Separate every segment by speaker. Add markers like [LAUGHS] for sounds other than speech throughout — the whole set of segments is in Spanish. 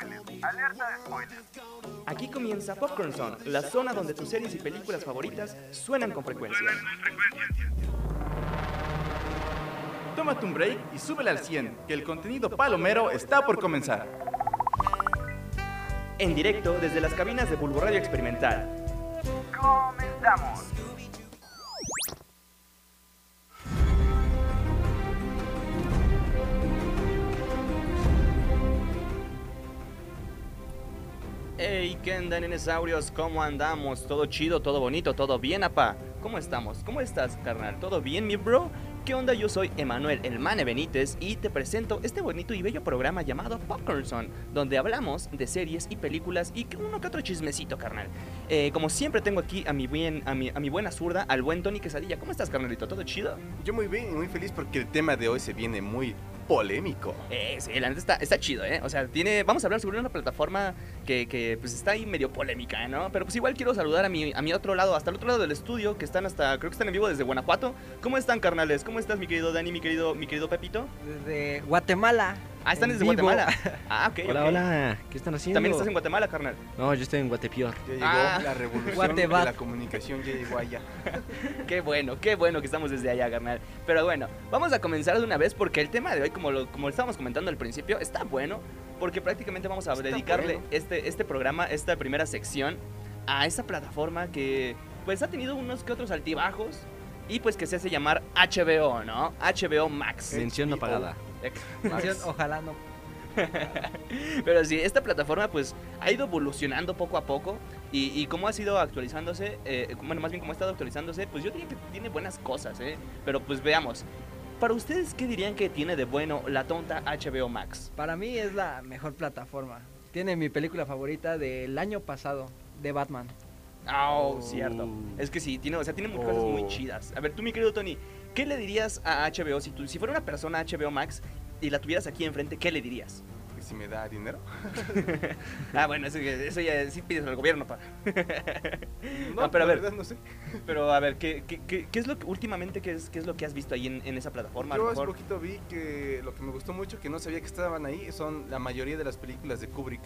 Speaker 1: Alerta de spoiler.
Speaker 2: Aquí comienza Popcorn Zone, la zona donde tus series y películas favoritas suenan con frecuencia. Tómate un break y súbele al 100, que el contenido palomero está por comenzar. En directo desde las cabinas de Bulbo Radio Experimental.
Speaker 1: Comenzamos.
Speaker 2: Hey, ¿qué onda, nenesaurios? ¿Cómo andamos? ¿Todo chido? ¿Todo bonito? ¿Todo bien, apa? ¿Cómo estamos? ¿Cómo estás, carnal? ¿Todo bien, mi bro? ¿Qué onda? Yo soy Emanuel, el Mane Benítez, y te presento este bonito y bello programa llamado Popcorn Zone, donde hablamos de series y películas y que uno que otro chismecito, carnal. Eh, como siempre tengo aquí a mi, bien, a, mi, a mi buena zurda, al buen Tony Quesadilla. ¿Cómo estás, carnalito? ¿Todo chido?
Speaker 3: Yo muy bien y muy feliz porque el tema de hoy se viene muy polémico.
Speaker 2: Eh, sí, la neta está, está chido, ¿eh? O sea, tiene, vamos a hablar sobre una plataforma que, que, pues está ahí medio polémica, ¿no? Pero pues igual quiero saludar a mi, a mi otro lado, hasta el otro lado del estudio, que están hasta, creo que están en vivo desde Guanajuato. ¿Cómo están, carnales? ¿Cómo estás, mi querido Dani, mi querido, mi querido Pepito?
Speaker 4: Desde Guatemala.
Speaker 2: Ah, están
Speaker 4: en
Speaker 2: desde
Speaker 4: vivo.
Speaker 2: Guatemala. Ah, ok.
Speaker 5: Hola,
Speaker 2: ok.
Speaker 5: hola, ¿qué están haciendo?
Speaker 2: También estás en Guatemala, carnal.
Speaker 5: No, yo estoy en Guatepeor.
Speaker 3: Ya llegó
Speaker 2: Ah.
Speaker 3: la revolución de
Speaker 4: Guatebat.
Speaker 3: la comunicación, ya llegó allá.
Speaker 2: Qué bueno, qué bueno que estamos desde allá, carnal. Pero bueno, vamos a comenzar de una vez porque el tema de hoy, como lo como estábamos comentando al principio, está bueno porque prácticamente vamos a
Speaker 3: Está
Speaker 2: dedicarle
Speaker 3: bueno.
Speaker 2: este, este programa, esta primera sección, a esa plataforma que pues ha tenido unos que otros altibajos y pues que se hace llamar HBO, ¿no? HBO Max.
Speaker 5: Mención no
Speaker 3: HBO.
Speaker 5: pagada.
Speaker 4: Mención, Ojalá no.
Speaker 2: Pero sí, esta plataforma pues ha ido evolucionando poco a poco y, y cómo ha sido actualizándose, eh, bueno, más bien cómo ha estado actualizándose, pues yo diría que tiene buenas cosas, ¿eh? Pero pues veamos, para ustedes, ¿qué dirían que tiene de bueno la tonta HBO Max?
Speaker 4: Para mí es la mejor plataforma. Tiene mi película favorita del año pasado, de Batman.
Speaker 2: Ah,
Speaker 3: Oh.
Speaker 2: cierto. Es que sí, tiene, o sea, tiene muchas cosas muy
Speaker 3: Oh.
Speaker 2: chidas. A ver, tú, mi querido Tony, ¿qué le dirías a HBO si, tú, si fuera una persona HBO Max y la tuvieras aquí enfrente, ¿qué le dirías?
Speaker 3: [LAUGHS] ¿Y si me da dinero?
Speaker 2: Ah, bueno, eso, eso ya sí pides al gobierno, para. pero a
Speaker 3: No, la
Speaker 2: ver.
Speaker 3: verdad no sé.
Speaker 2: Pero a ver, ¿qué, qué, qué- qué es lo que últimamente qué es, qué es lo que has visto ahí en, en esa plataforma? A lo
Speaker 3: Yo hace
Speaker 2: mejor?
Speaker 3: poquito vi que lo que me gustó mucho, que no sabía que estaban ahí, son la mayoría de las películas de Kubrick.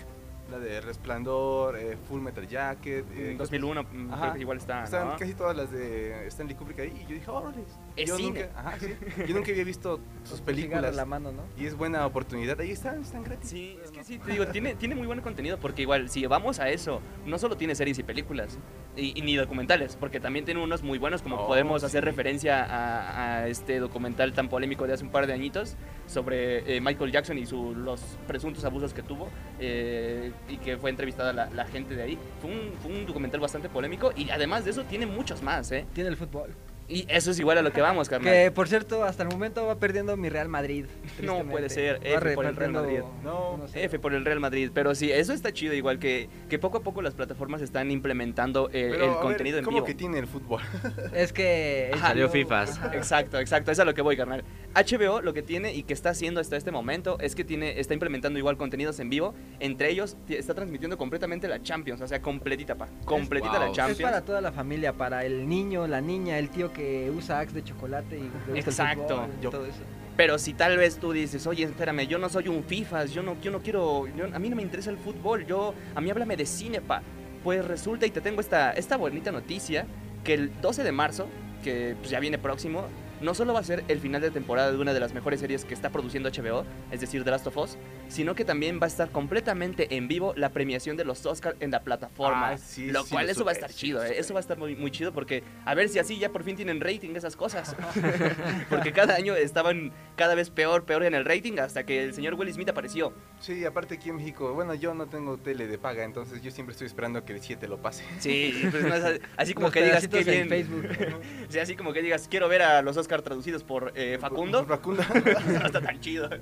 Speaker 3: La de Resplandor, eh, Full Metal Jacket. eh,
Speaker 2: En 2001, mm,
Speaker 3: Ajá.
Speaker 2: creo que igual está.
Speaker 3: Están
Speaker 2: ¿no?
Speaker 3: casi todas las de Stanley Kubrick ahí y yo dije, órale.
Speaker 2: Es
Speaker 3: yo
Speaker 2: cine.
Speaker 3: nunca, ajá, sí. Yo nunca
Speaker 2: [LAUGHS]
Speaker 3: había visto sus
Speaker 4: Cigarro
Speaker 3: películas
Speaker 4: en la mano, ¿no?
Speaker 3: y es buena oportunidad. Ahí están, están gratis.
Speaker 2: Sí, es que sí, te digo, tiene, tiene muy buen contenido porque igual, si vamos a eso, no solo tiene series y películas, y, y ni documentales, porque también tiene unos muy buenos, como
Speaker 3: Oh,
Speaker 2: podemos hacer
Speaker 3: sí.
Speaker 2: referencia a, a este documental tan polémico de hace un par de añitos sobre eh, Michael Jackson y su- los presuntos abusos que tuvo, eh, y que fue entrevistada la, la gente de ahí. Fue un, fue un documental bastante polémico, y además de eso tiene muchos más, ¿eh?
Speaker 4: Tiene el fútbol.
Speaker 2: Y eso es igual a lo que vamos, carnal.
Speaker 4: Que por cierto, hasta el momento va perdiendo mi
Speaker 2: [LAUGHS]
Speaker 4: Real Madrid. tristemente.
Speaker 2: puede ser,
Speaker 4: Va
Speaker 2: F por el Real
Speaker 4: repartiendo
Speaker 2: Madrid.
Speaker 3: No,
Speaker 4: uno cero.
Speaker 2: F por el Real Madrid, pero sí, eso está chido, igual que, que poco a poco las plataformas están implementando el,
Speaker 3: Pero,
Speaker 2: el
Speaker 3: a ver,
Speaker 2: contenido en
Speaker 3: ¿cómo
Speaker 2: vivo.
Speaker 3: que tiene el fútbol? [LAUGHS]
Speaker 4: Es que.
Speaker 2: Ajá,
Speaker 4: HBO
Speaker 5: salió Fifas.
Speaker 2: Exacto, exacto, es a lo que voy, carnal. HBO lo que tiene y que está haciendo hasta este momento es que tiene, está implementando igual contenidos en vivo, entre ellos ti- está transmitiendo completamente la Champions, o sea, completita, pa, completita la
Speaker 5: wow.
Speaker 4: Es
Speaker 2: Champions.
Speaker 4: para toda la familia, para el niño, la niña, el tío que usa Axe de chocolate y le gusta el
Speaker 2: Exacto.
Speaker 4: fútbol y
Speaker 3: Yo-
Speaker 4: todo eso.
Speaker 2: Pero si tal vez tú dices, oye, espérame, yo no soy un FIFAs, yo no, yo no quiero, yo- a mí no me interesa el fútbol, yo, a mí háblame de cine, pa. Pues resulta y te tengo esta, esta bonita noticia que el 12 de marzo, que pues, ya viene próximo, no solo va a ser el final de temporada de una de las mejores series que está produciendo HBO, es decir, The Last of Us, sino que también va a estar completamente en vivo la premiación de los Oscars en la plataforma.
Speaker 3: Ah, sí,
Speaker 2: lo
Speaker 3: sí,
Speaker 2: cual
Speaker 3: lo
Speaker 2: eso va a
Speaker 3: supe,
Speaker 2: estar
Speaker 3: sí,
Speaker 2: chido,
Speaker 3: lo
Speaker 2: eh,
Speaker 3: supe.
Speaker 2: eso va a estar muy, muy chido porque a ver si así ya por fin tienen rating esas cosas. [LAUGHS] porque cada año estaban cada vez peor, peor en el rating hasta que el señor Will Smith apareció.
Speaker 3: Sí, aparte aquí en México, bueno, yo no tengo tele de paga, entonces yo siempre estoy esperando que el 7 lo pase.
Speaker 2: Sí, pues no es- así como
Speaker 4: Los
Speaker 2: que digas que
Speaker 4: pedacitos en
Speaker 2: bien.
Speaker 4: Facebook.
Speaker 2: [LAUGHS] Sí, así como que digas, quiero ver a los Oscar traducidos por eh, [LAUGHS] Facundo.
Speaker 3: Por- por Facundo.
Speaker 2: [LAUGHS] no está tan chido.
Speaker 5: Que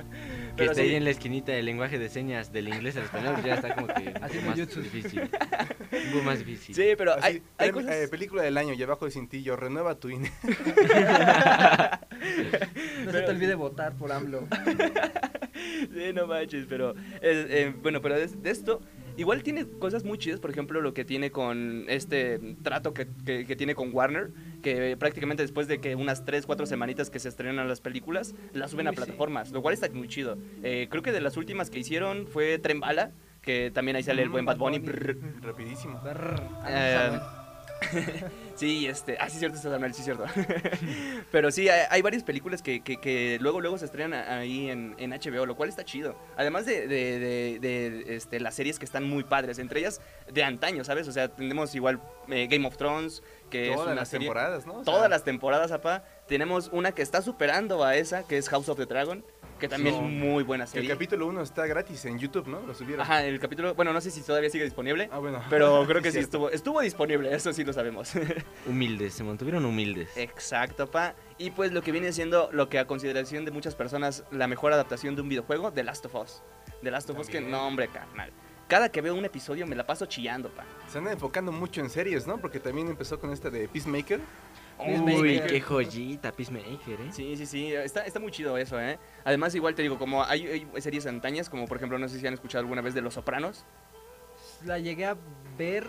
Speaker 2: Pero
Speaker 5: esté
Speaker 2: sí.
Speaker 5: ahí en la esquinita del lenguaje de señas del inglés al español, ya está
Speaker 2: [LAUGHS]
Speaker 5: como que un poco
Speaker 4: Haciendo
Speaker 5: más
Speaker 4: jutsu.
Speaker 5: difícil. Un poco más difícil.
Speaker 2: Sí, pero
Speaker 3: Así,
Speaker 2: hay, hay
Speaker 3: premi-
Speaker 2: cosas...
Speaker 3: eh, película del año, y abajo de cintillo, renueva tu INE.
Speaker 4: No se
Speaker 2: Pero-
Speaker 4: te olvide votar
Speaker 2: [LAUGHS]
Speaker 4: por AMLO.
Speaker 2: Sí, no manches, pero eh, eh, bueno, pero de, de esto igual tiene cosas muy chidas, por ejemplo, lo que tiene con este trato que, que- que tiene con Warner, que prácticamente después de que unas 3, 4 semanitas que se estrenan las películas, las suben a
Speaker 4: Uy, sí.
Speaker 2: plataformas, lo cual está muy chido. Eh, creo que de las últimas que hicieron fue Tren Bala, que también ahí [LAUGHS] sale el buen Bad
Speaker 3: [LAUGHS]
Speaker 2: Bunny. Brr.
Speaker 3: Rapidísimo.
Speaker 2: Eh, [LAUGHS] sí, este. Ah, sí, cierto, está Samuel, sí, cierto. [LAUGHS] Pero sí, hay, hay varias películas que, que- que luego luego se estrenan a- ahí en, en HBO, lo cual está chido. Además de, de- de- de, este, las series que están muy padres, entre ellas de antaño, ¿sabes? O sea, tenemos igual eh, Game of Thrones, que es
Speaker 3: Todas
Speaker 2: una
Speaker 3: las
Speaker 2: serie-
Speaker 3: temporadas, ¿no? O sea,
Speaker 2: Todas las temporadas, apá. Tenemos una que está superando a esa, que es House of the Dragon, que también
Speaker 3: No.
Speaker 2: es muy buena
Speaker 3: El
Speaker 2: serie.
Speaker 3: capítulo 1 está gratis en YouTube, ¿no? Lo subieron.
Speaker 2: Ajá, el capítulo, bueno, no sé si todavía sigue disponible,
Speaker 3: Ah, bueno.
Speaker 2: pero [LAUGHS]
Speaker 3: [LAUGHS]
Speaker 2: creo que sí
Speaker 3: Cierto.
Speaker 2: estuvo, estuvo disponible, eso sí lo sabemos. [LAUGHS]
Speaker 5: Humildes, se mantuvieron humildes.
Speaker 2: Eh, Exacto, pa. Y pues lo que viene siendo lo que a consideración de muchas personas la mejor adaptación de un videojuego, The Last of Us. The Last of Us que
Speaker 3: También.
Speaker 2: no, hombre, carnal. Cada que veo un episodio me la paso chillando, pa.
Speaker 3: Se andan enfocando mucho en series, ¿no? Porque también empezó con esta de Peacemaker.
Speaker 5: Uy, qué joyita, Peacemaker, ¿eh?
Speaker 2: Sí, sí, sí, está, está muy chido eso, ¿eh? Además, igual te digo, como hay, hay series antañas, como por ejemplo, no sé si han escuchado alguna vez de Los Sopranos.
Speaker 4: La llegué a ver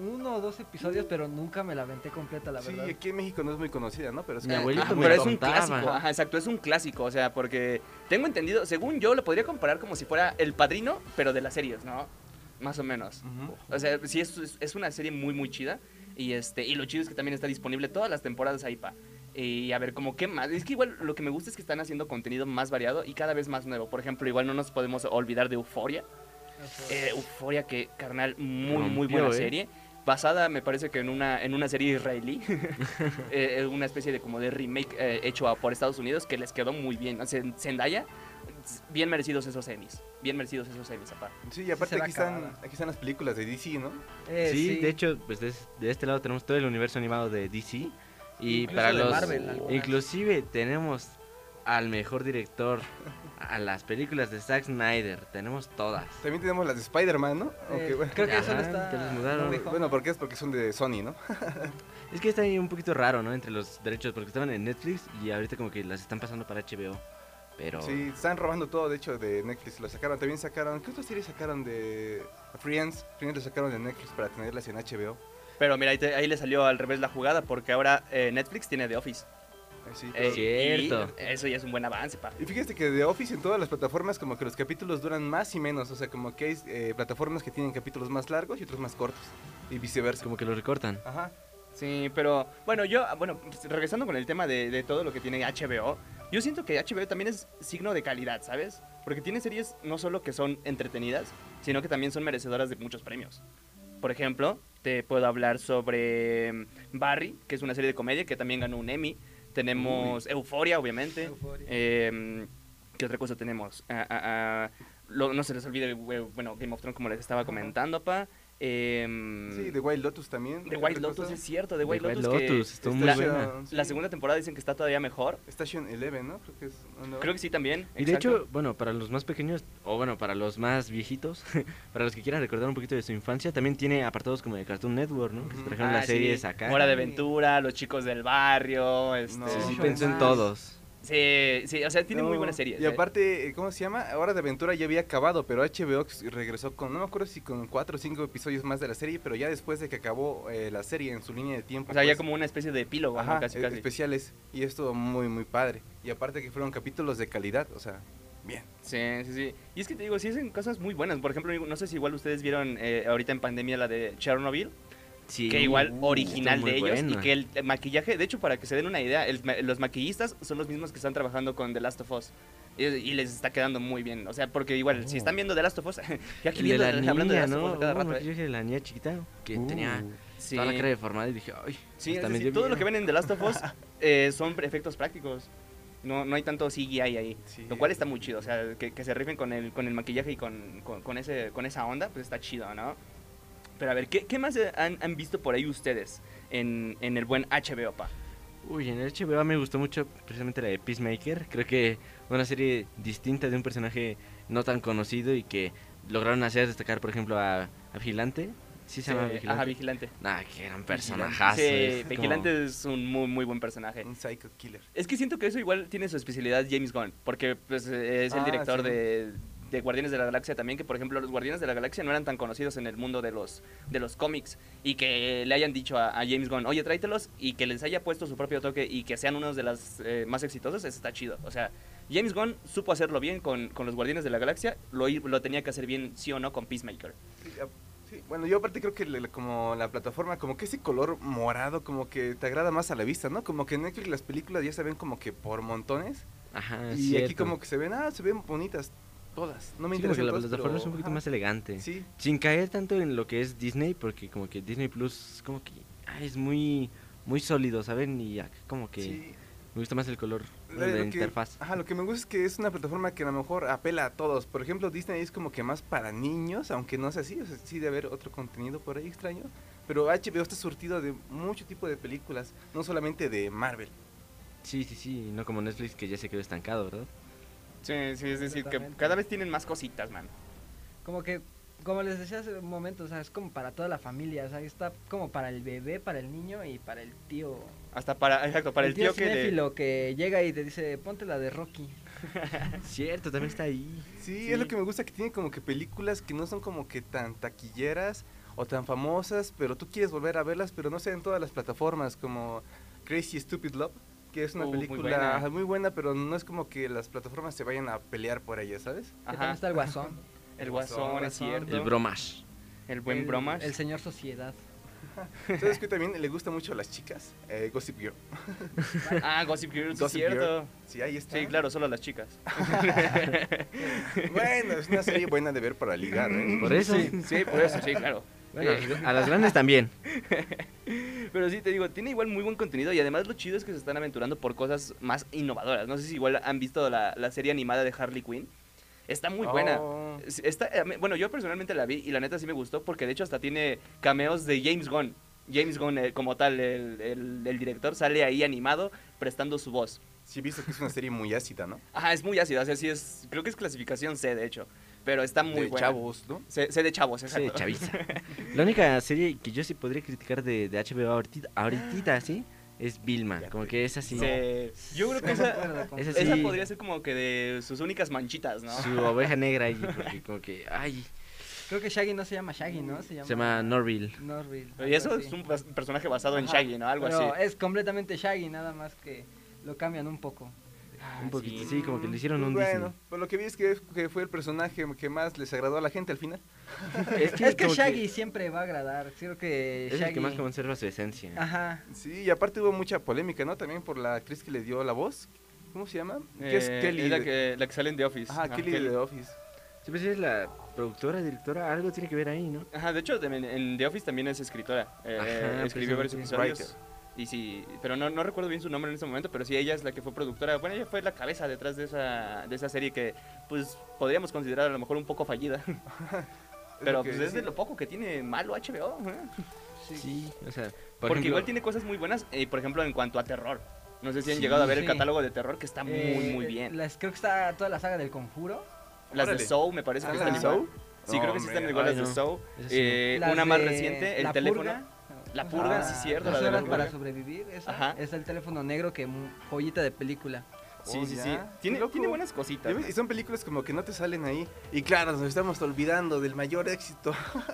Speaker 4: uno o dos episodios, pero nunca me la aventé completa, la
Speaker 3: sí,
Speaker 4: verdad.
Speaker 3: aquí en México no es muy conocida, ¿no? Pero es
Speaker 5: Pues, Mi
Speaker 2: Eh,
Speaker 3: como-
Speaker 5: abuelito
Speaker 2: ajá,
Speaker 5: me
Speaker 2: pero
Speaker 5: la
Speaker 2: es un
Speaker 5: contaba.
Speaker 2: clásico, ajá, exacto, es un clásico, o sea, porque tengo entendido, según yo, lo podría comparar como si fuera El Padrino, pero de las series, ¿no? Más o menos.
Speaker 3: Ujú.
Speaker 2: O sea, sí, es, es- es una serie muy, muy chida. Y, este, y lo chido es que también está disponible todas las temporadas ahí, pa. Y a ver, como qué más. Es que igual lo que me gusta es que están haciendo contenido más variado y cada vez más nuevo. Por ejemplo, igual no nos podemos olvidar de Euforia. Euforia, que carnal, muy, muy
Speaker 5: Rompió,
Speaker 2: buena
Speaker 5: ¿eh?
Speaker 2: serie. Basada, me parece que en una, en una serie israelí.
Speaker 5: [LAUGHS]
Speaker 2: [LAUGHS] Eh, eh, una especie de como de remake eh, hecho a- por Estados Unidos que les quedó muy bien. O sea, Zendaya, bien merecidos esos Emmys. Bien merecidos esos Emmys, aparte.
Speaker 3: Sí, y aparte
Speaker 4: se ve
Speaker 3: aquí, están,
Speaker 4: acabada.
Speaker 3: aquí están las películas de DC, ¿no?
Speaker 4: Eh,
Speaker 5: sí, de hecho, pues des- de, este lado tenemos todo el universo animado de DC. Y
Speaker 4: Incluso
Speaker 5: para
Speaker 4: de
Speaker 5: los...
Speaker 4: Marvel, algunas.
Speaker 5: inclusive tenemos al mejor director, a las películas de Zack Snyder, tenemos todas.
Speaker 3: También tenemos las de Spider-Man, ¿no? Aunque, bueno,
Speaker 4: Eh, creo que eso no
Speaker 5: Ajá,
Speaker 4: está.
Speaker 5: te los mudaron.
Speaker 4: no
Speaker 5: que-
Speaker 4: dijo.
Speaker 3: bueno, porque es porque son de Sony, ¿no?
Speaker 5: Es que está ahí un poquito raro, ¿no? Entre los derechos, porque estaban en Netflix y ahorita como que las están pasando para HBO. Pero...
Speaker 3: Sí, están robando todo, de hecho, de Netflix. Lo sacaron, también sacaron... ¿Qué otra serie sacaron de Friends? Friends lo sacaron de Netflix para tenerlas en HBO.
Speaker 2: Pero mira, ahí, te- ahí le salió al revés la jugada porque ahora eh, Netflix tiene The Office.
Speaker 3: Así,
Speaker 2: Eh,
Speaker 3: pero-
Speaker 5: Cierto.
Speaker 2: y eso ya es un buen avance, pa.
Speaker 3: Y fíjate que de Office en todas las plataformas como que los capítulos duran más y menos, o sea, como que hay eh, plataformas que tienen capítulos más largos y otros más cortos, y viceversa.
Speaker 5: Como que lo recortan.
Speaker 2: Ah,
Speaker 3: Ajá.
Speaker 2: Sí, pero bueno, yo, ah, bueno, pues, regresando con el tema de, de todo lo que tiene HBO, yo siento que HBO también es signo de calidad, ¿sabes? Porque tiene series no solo que son entretenidas, sino que también son merecedoras de muchos premios. Por ejemplo, te puedo hablar sobre mm, Barry, que es una serie de comedia que también ganó un Emmy. Tenemos Euforia, obviamente.
Speaker 4: Euphoria.
Speaker 2: Eh, ¿Qué otra cosa tenemos? Ah, ah, ah, lo- no se les olvide, we- bueno, Game of Thrones, como les estaba comentando, pa. Em,
Speaker 5: Mm.
Speaker 3: Sí, The Wild Lotus también.
Speaker 2: The
Speaker 3: ¿Otra
Speaker 2: White
Speaker 3: cosa?
Speaker 2: Lotus, es cierto, The
Speaker 5: The
Speaker 2: White
Speaker 5: White
Speaker 2: Lotus. que
Speaker 5: Lotus, estuvo muy
Speaker 2: la,
Speaker 5: buena.
Speaker 2: la segunda temporada dicen que está todavía mejor.
Speaker 3: Station 11, ¿no? Creo que es... ¿o no?
Speaker 2: Creo que sí también.
Speaker 5: Y de
Speaker 2: exacto.
Speaker 5: hecho, bueno, para los más pequeños, o bueno, para los más viejitos, [LAUGHS] para los que quieran recordar un poquito de su infancia, también tiene apartados como de Cartoon Network, ¿no? Que se
Speaker 3: Ujú.
Speaker 5: trajeron
Speaker 2: Ah,
Speaker 5: las
Speaker 2: sí,
Speaker 5: series acá.
Speaker 2: Hora de Aventura, Los Chicos del Barrio. Este,
Speaker 3: No.
Speaker 5: Sí, sí,
Speaker 3: Mucho
Speaker 5: pensó en
Speaker 4: más.
Speaker 5: todos.
Speaker 2: sí, sí, o sea, tiene muy
Speaker 3: No,
Speaker 2: buenas series.
Speaker 3: Y
Speaker 2: eh.
Speaker 3: aparte, eh, ¿cómo se llama? Hora de Aventura ya había acabado, pero HBO regresó con, no me acuerdo si con cuatro o cinco episodios más de la serie, pero ya después de que acabó eh, la serie en su línea de tiempo.
Speaker 2: o sea, ya
Speaker 3: pues,
Speaker 2: como una especie de epílogo, ¿no?
Speaker 3: ajá,
Speaker 2: casi,
Speaker 3: eh,
Speaker 2: casi.
Speaker 3: especiales. Y esto muy, muy padre. Y aparte que fueron capítulos de calidad, o sea, bien.
Speaker 2: Sí, sí, sí. Y es que te digo, sí hacen cosas muy buenas. Por ejemplo, no sé si igual ustedes vieron eh, ahorita en pandemia la de Chernobyl.
Speaker 5: Sí,
Speaker 2: que igual
Speaker 5: uh,
Speaker 2: original
Speaker 5: estuvo
Speaker 2: de
Speaker 5: muy
Speaker 2: ellos y
Speaker 5: buena.
Speaker 2: que el eh, maquillaje, de hecho para que se den una idea, el ma- los maquillistas son los mismos que están trabajando con The Last of Us. Y, y les está quedando muy bien, o sea, porque igual, si están viendo The Last of Us, [LAUGHS] ya aquí
Speaker 5: Oh. El de
Speaker 2: viendo,
Speaker 5: la
Speaker 2: hablando de
Speaker 5: niña,
Speaker 2: The Last of
Speaker 5: ¿no?
Speaker 2: Us a cada
Speaker 5: Uh,
Speaker 2: rato, eh.
Speaker 5: maquillaje de la niña chiquita que tenía
Speaker 2: Sí,
Speaker 5: toda la cara deformada y dije, ay,
Speaker 2: sí,
Speaker 5: hasta
Speaker 2: es
Speaker 5: me
Speaker 2: decir,
Speaker 5: dio
Speaker 2: todo lo
Speaker 5: miedo.
Speaker 2: que ven en The Last of
Speaker 5: [LAUGHS]
Speaker 2: Us eh, son efectos prácticos. No, no hay tanto CGI ahí,
Speaker 3: Sí.
Speaker 2: lo cual está muy chido, o sea, que, que se rifen con el, con el maquillaje y con, con, con ese, con esa onda, pues está chido, ¿no? Pero a ver, ¿qué, qué más eh, han, han visto por ahí ustedes en, en el buen HBO, pa?
Speaker 5: Uy, en el HBO me gustó mucho precisamente la de Peacemaker. Creo que una serie distinta de un personaje no tan conocido y que lograron hacer destacar, por ejemplo, a, a Vigilante. Sí se llama
Speaker 2: Sí,
Speaker 5: Vigilante.
Speaker 2: Eh, Ajá, vigilante.
Speaker 5: Nah, que eran personajazo.
Speaker 2: Sí,
Speaker 5: es
Speaker 2: Vigilante
Speaker 5: como-
Speaker 2: es un muy, muy buen personaje.
Speaker 3: Un psycho killer.
Speaker 2: Es que siento que eso igual tiene su especialidad James Gunn, porque pues, eh, es el
Speaker 3: Ah,
Speaker 2: director
Speaker 3: sí.
Speaker 2: de, de Guardianes de la Galaxia también, que por ejemplo los Guardianes de la Galaxia no eran tan conocidos en el mundo de los, de los cómics y que le hayan dicho a, a James Gunn, oye, tráetelos y que les haya puesto su propio toque y que sean unos de las eh, más exitosos, eso está chido. O sea, James Gunn supo hacerlo bien con, con los Guardianes de la Galaxia, lo, i- lo tenía que hacer bien sí o no con Peacemaker.
Speaker 3: Sí, a- sí, Bueno, yo aparte creo que le- como la plataforma, como que ese color morado, como que te agrada más a la vista, ¿no? Como que en Netflix las películas ya se ven como que por montones.
Speaker 5: Ajá,
Speaker 3: y aquí como que se ven, ah, se ven bonitas todas. No me
Speaker 5: Sí,
Speaker 3: interesa.
Speaker 5: porque la plataforma es un poquito más este, elegante.
Speaker 3: Sí,
Speaker 5: Sin caer tanto en lo que es Disney, porque como que Disney Plus es como que ay, es muy muy sólido, ¿saben? Y acá como que
Speaker 3: sí. Eh,
Speaker 5: me gusta más el color
Speaker 3: Lo-
Speaker 5: de la
Speaker 3: lo que- ah.
Speaker 5: interfaz.
Speaker 3: Ajá, lo que me gusta es que es una plataforma que a lo mejor apela a todos. Por ejemplo, Disney es como que más para niños, aunque no sea así, o sea, sí debe haber otro contenido por ahí extraño. Pero HBO está surtido de mucho tipo de películas, no solamente de Marvel.
Speaker 5: Sí, sí, sí, no como Netflix que ya se quedó estancado, ¿verdad?
Speaker 2: Sí, sí, es decir, que
Speaker 4: Exactamente.
Speaker 2: cada vez tienen más cositas, man.
Speaker 4: Como que, como les decía hace un momento, o sea, es como para toda la familia, o sea, está como para el bebé, para el niño y para el tío.
Speaker 2: Hasta para, [LAUGHS] exacto, para el, tío, que... le-
Speaker 4: cinéfilo que llega y te dice, ponte la de Rocky.
Speaker 5: Cierto, también está ahí.
Speaker 3: Sí,
Speaker 2: Sí.
Speaker 3: es lo que me gusta, que tiene como que películas que no son como que tan taquilleras o tan famosas, pero tú quieres volver a verlas, pero no sé, en todas las plataformas, como Crazy Stupid Love, que es una
Speaker 2: Uh, muy
Speaker 3: película
Speaker 2: buena.
Speaker 3: ajá, muy buena, pero no es como que las plataformas se vayan a pelear por ella, ¿sabes?
Speaker 4: Que también
Speaker 2: Ajá,
Speaker 4: está el Guasón.
Speaker 2: el guasón, es
Speaker 4: Guasón.
Speaker 2: cierto.
Speaker 5: El bromash.
Speaker 2: El [LAUGHS] buen
Speaker 4: el-
Speaker 2: bromas.
Speaker 4: El señor Sociedad.
Speaker 3: ¿Sabes que también le gusta mucho a las chicas? Eh, Gossip Girl.
Speaker 2: [LAUGHS] Ah, Gossip Girl, sí, es
Speaker 3: Gossip Girl.
Speaker 2: cierto.
Speaker 3: Sí, ahí está.
Speaker 2: Sí, claro, solo las chicas.
Speaker 3: Bueno, es una serie buena de ver para ligar, ¿eh?
Speaker 5: Por eso.
Speaker 2: Sí, por eso, sí, claro. Eh,
Speaker 5: Bueno, Eh, a las grandes [LAUGHS] también.
Speaker 2: Pero sí, te digo, tiene igual muy buen contenido y además lo chido es que se están aventurando por cosas más innovadoras. No sé si igual han visto la, la serie animada de Harley Quinn. Está muy buena.
Speaker 3: Oh,
Speaker 2: Sí, Está, eh, me- bueno, yo personalmente la vi y la neta sí me gustó porque de hecho hasta tiene cameos de James Gunn. James Gunn eh, como tal, el, el- el director, sale ahí animado prestando su voz.
Speaker 3: Sí, he visto que es una serie muy ácida, ¿no?
Speaker 2: Ajá, es muy ácido, o sea, sí es, creo que es clasificación C de hecho, pero está muy
Speaker 3: de
Speaker 2: buena.
Speaker 3: chavos, ¿no?
Speaker 2: C, C de chavos,
Speaker 5: Sí,
Speaker 2: exacto.
Speaker 5: chaviza. La única serie que yo sí podría criticar de, de HBO ahorita, ahorita, ¿sí? Es Vilma. Como que es así.
Speaker 2: Sí. Yo creo
Speaker 3: [LAUGHS]
Speaker 2: que esa,
Speaker 5: Es así.
Speaker 2: esa podría ser como que de sus únicas manchitas, ¿no?
Speaker 5: Su oveja negra ahí, porque como que, ay,
Speaker 4: Creo que Shaggy no se llama Shaggy, ¿no? Se llama,
Speaker 5: se llama Norville.
Speaker 4: Norville.
Speaker 2: Y eso
Speaker 4: algo
Speaker 2: es
Speaker 4: así.
Speaker 2: un pas- personaje basado en
Speaker 4: Ajá,
Speaker 2: Shaggy, ¿no? Algo
Speaker 4: pero
Speaker 2: así.
Speaker 4: es completamente Shaggy, nada más que lo cambian un poco.
Speaker 2: Ah,
Speaker 5: Un poquito,
Speaker 2: sí.
Speaker 5: sí, como que le hicieron un
Speaker 3: Pues Bueno, por lo que vi es que, que fue el personaje que más les agradó a la gente al final.
Speaker 4: [LAUGHS]
Speaker 5: Disney.
Speaker 4: Es que
Speaker 5: como
Speaker 4: Shaggy siempre va a agradar. Creo que
Speaker 5: es el
Speaker 4: Shaggy. Ah.
Speaker 5: que más conserva su esencia.
Speaker 4: Ajá.
Speaker 3: Sí, y aparte hubo mucha polémica, ¿no? También por la actriz que le dio la voz. ¿Cómo se llama? que es
Speaker 2: Eh,
Speaker 3: Kelly.
Speaker 2: la
Speaker 3: de-
Speaker 2: que, la que sale en The Office.
Speaker 3: Ajá, Kelly de The Office.
Speaker 5: Siempre pues, es la productora, directora, algo tiene que ver ahí, ¿no?
Speaker 2: Ajá, de hecho, de- en, en The Office también es escritora. Eh,
Speaker 5: Ajá,
Speaker 2: escribió
Speaker 3: pues,
Speaker 2: varios
Speaker 5: precisamente.
Speaker 2: episodios. Y sí, pero no, no recuerdo bien su nombre en ese momento, pero sí, ella es la que fue productora. Bueno, ella fue la cabeza detrás de esa, de esa serie que, pues, podríamos considerar a lo mejor un poco
Speaker 3: [LAUGHS]
Speaker 2: fallida.
Speaker 3: Es
Speaker 2: Pero
Speaker 3: lo que-
Speaker 2: pues es de lo poco que tiene malo HBO. ¿eh?
Speaker 4: Sí.
Speaker 5: o sea, por
Speaker 2: Porque
Speaker 5: ejemplo,
Speaker 2: igual tiene cosas muy buenas, eh, por ejemplo, en cuanto a terror. No sé si han
Speaker 5: Sí,
Speaker 2: llegado a ver el
Speaker 4: sí.
Speaker 2: catálogo de terror que está muy,
Speaker 4: Eh,
Speaker 2: muy bien.
Speaker 4: las- creo que está toda la saga del conjuro.
Speaker 2: Las de
Speaker 3: Órale.
Speaker 2: Soul me parece que
Speaker 3: Ah,
Speaker 2: están
Speaker 3: ¿la
Speaker 2: igual.
Speaker 3: Saw?
Speaker 2: Sí, creo que sí
Speaker 3: Hombre,
Speaker 2: están igual
Speaker 5: ay,
Speaker 2: las de
Speaker 5: no.
Speaker 2: Soul.
Speaker 5: Esa sí
Speaker 2: Eh,
Speaker 4: Las
Speaker 2: una más
Speaker 4: de
Speaker 2: reciente, el
Speaker 4: La
Speaker 2: teléfono.
Speaker 4: Purga. Ah,
Speaker 2: La Purga, sí, cierto,
Speaker 4: Las
Speaker 2: la de La
Speaker 4: horas para
Speaker 2: Purga.
Speaker 4: sobrevivir, esa.
Speaker 2: Ajá.
Speaker 4: Es el teléfono negro que mu- joyita de película.
Speaker 2: Sí,
Speaker 3: Oh,
Speaker 2: sí,
Speaker 3: ya.
Speaker 2: sí.
Speaker 3: Qué
Speaker 2: Tiene,
Speaker 3: loco.
Speaker 2: tiene buenas cositas.
Speaker 3: Ya ves, Y son películas como que no te salen ahí. Y claro, nos estamos olvidando del mayor éxito [LAUGHS]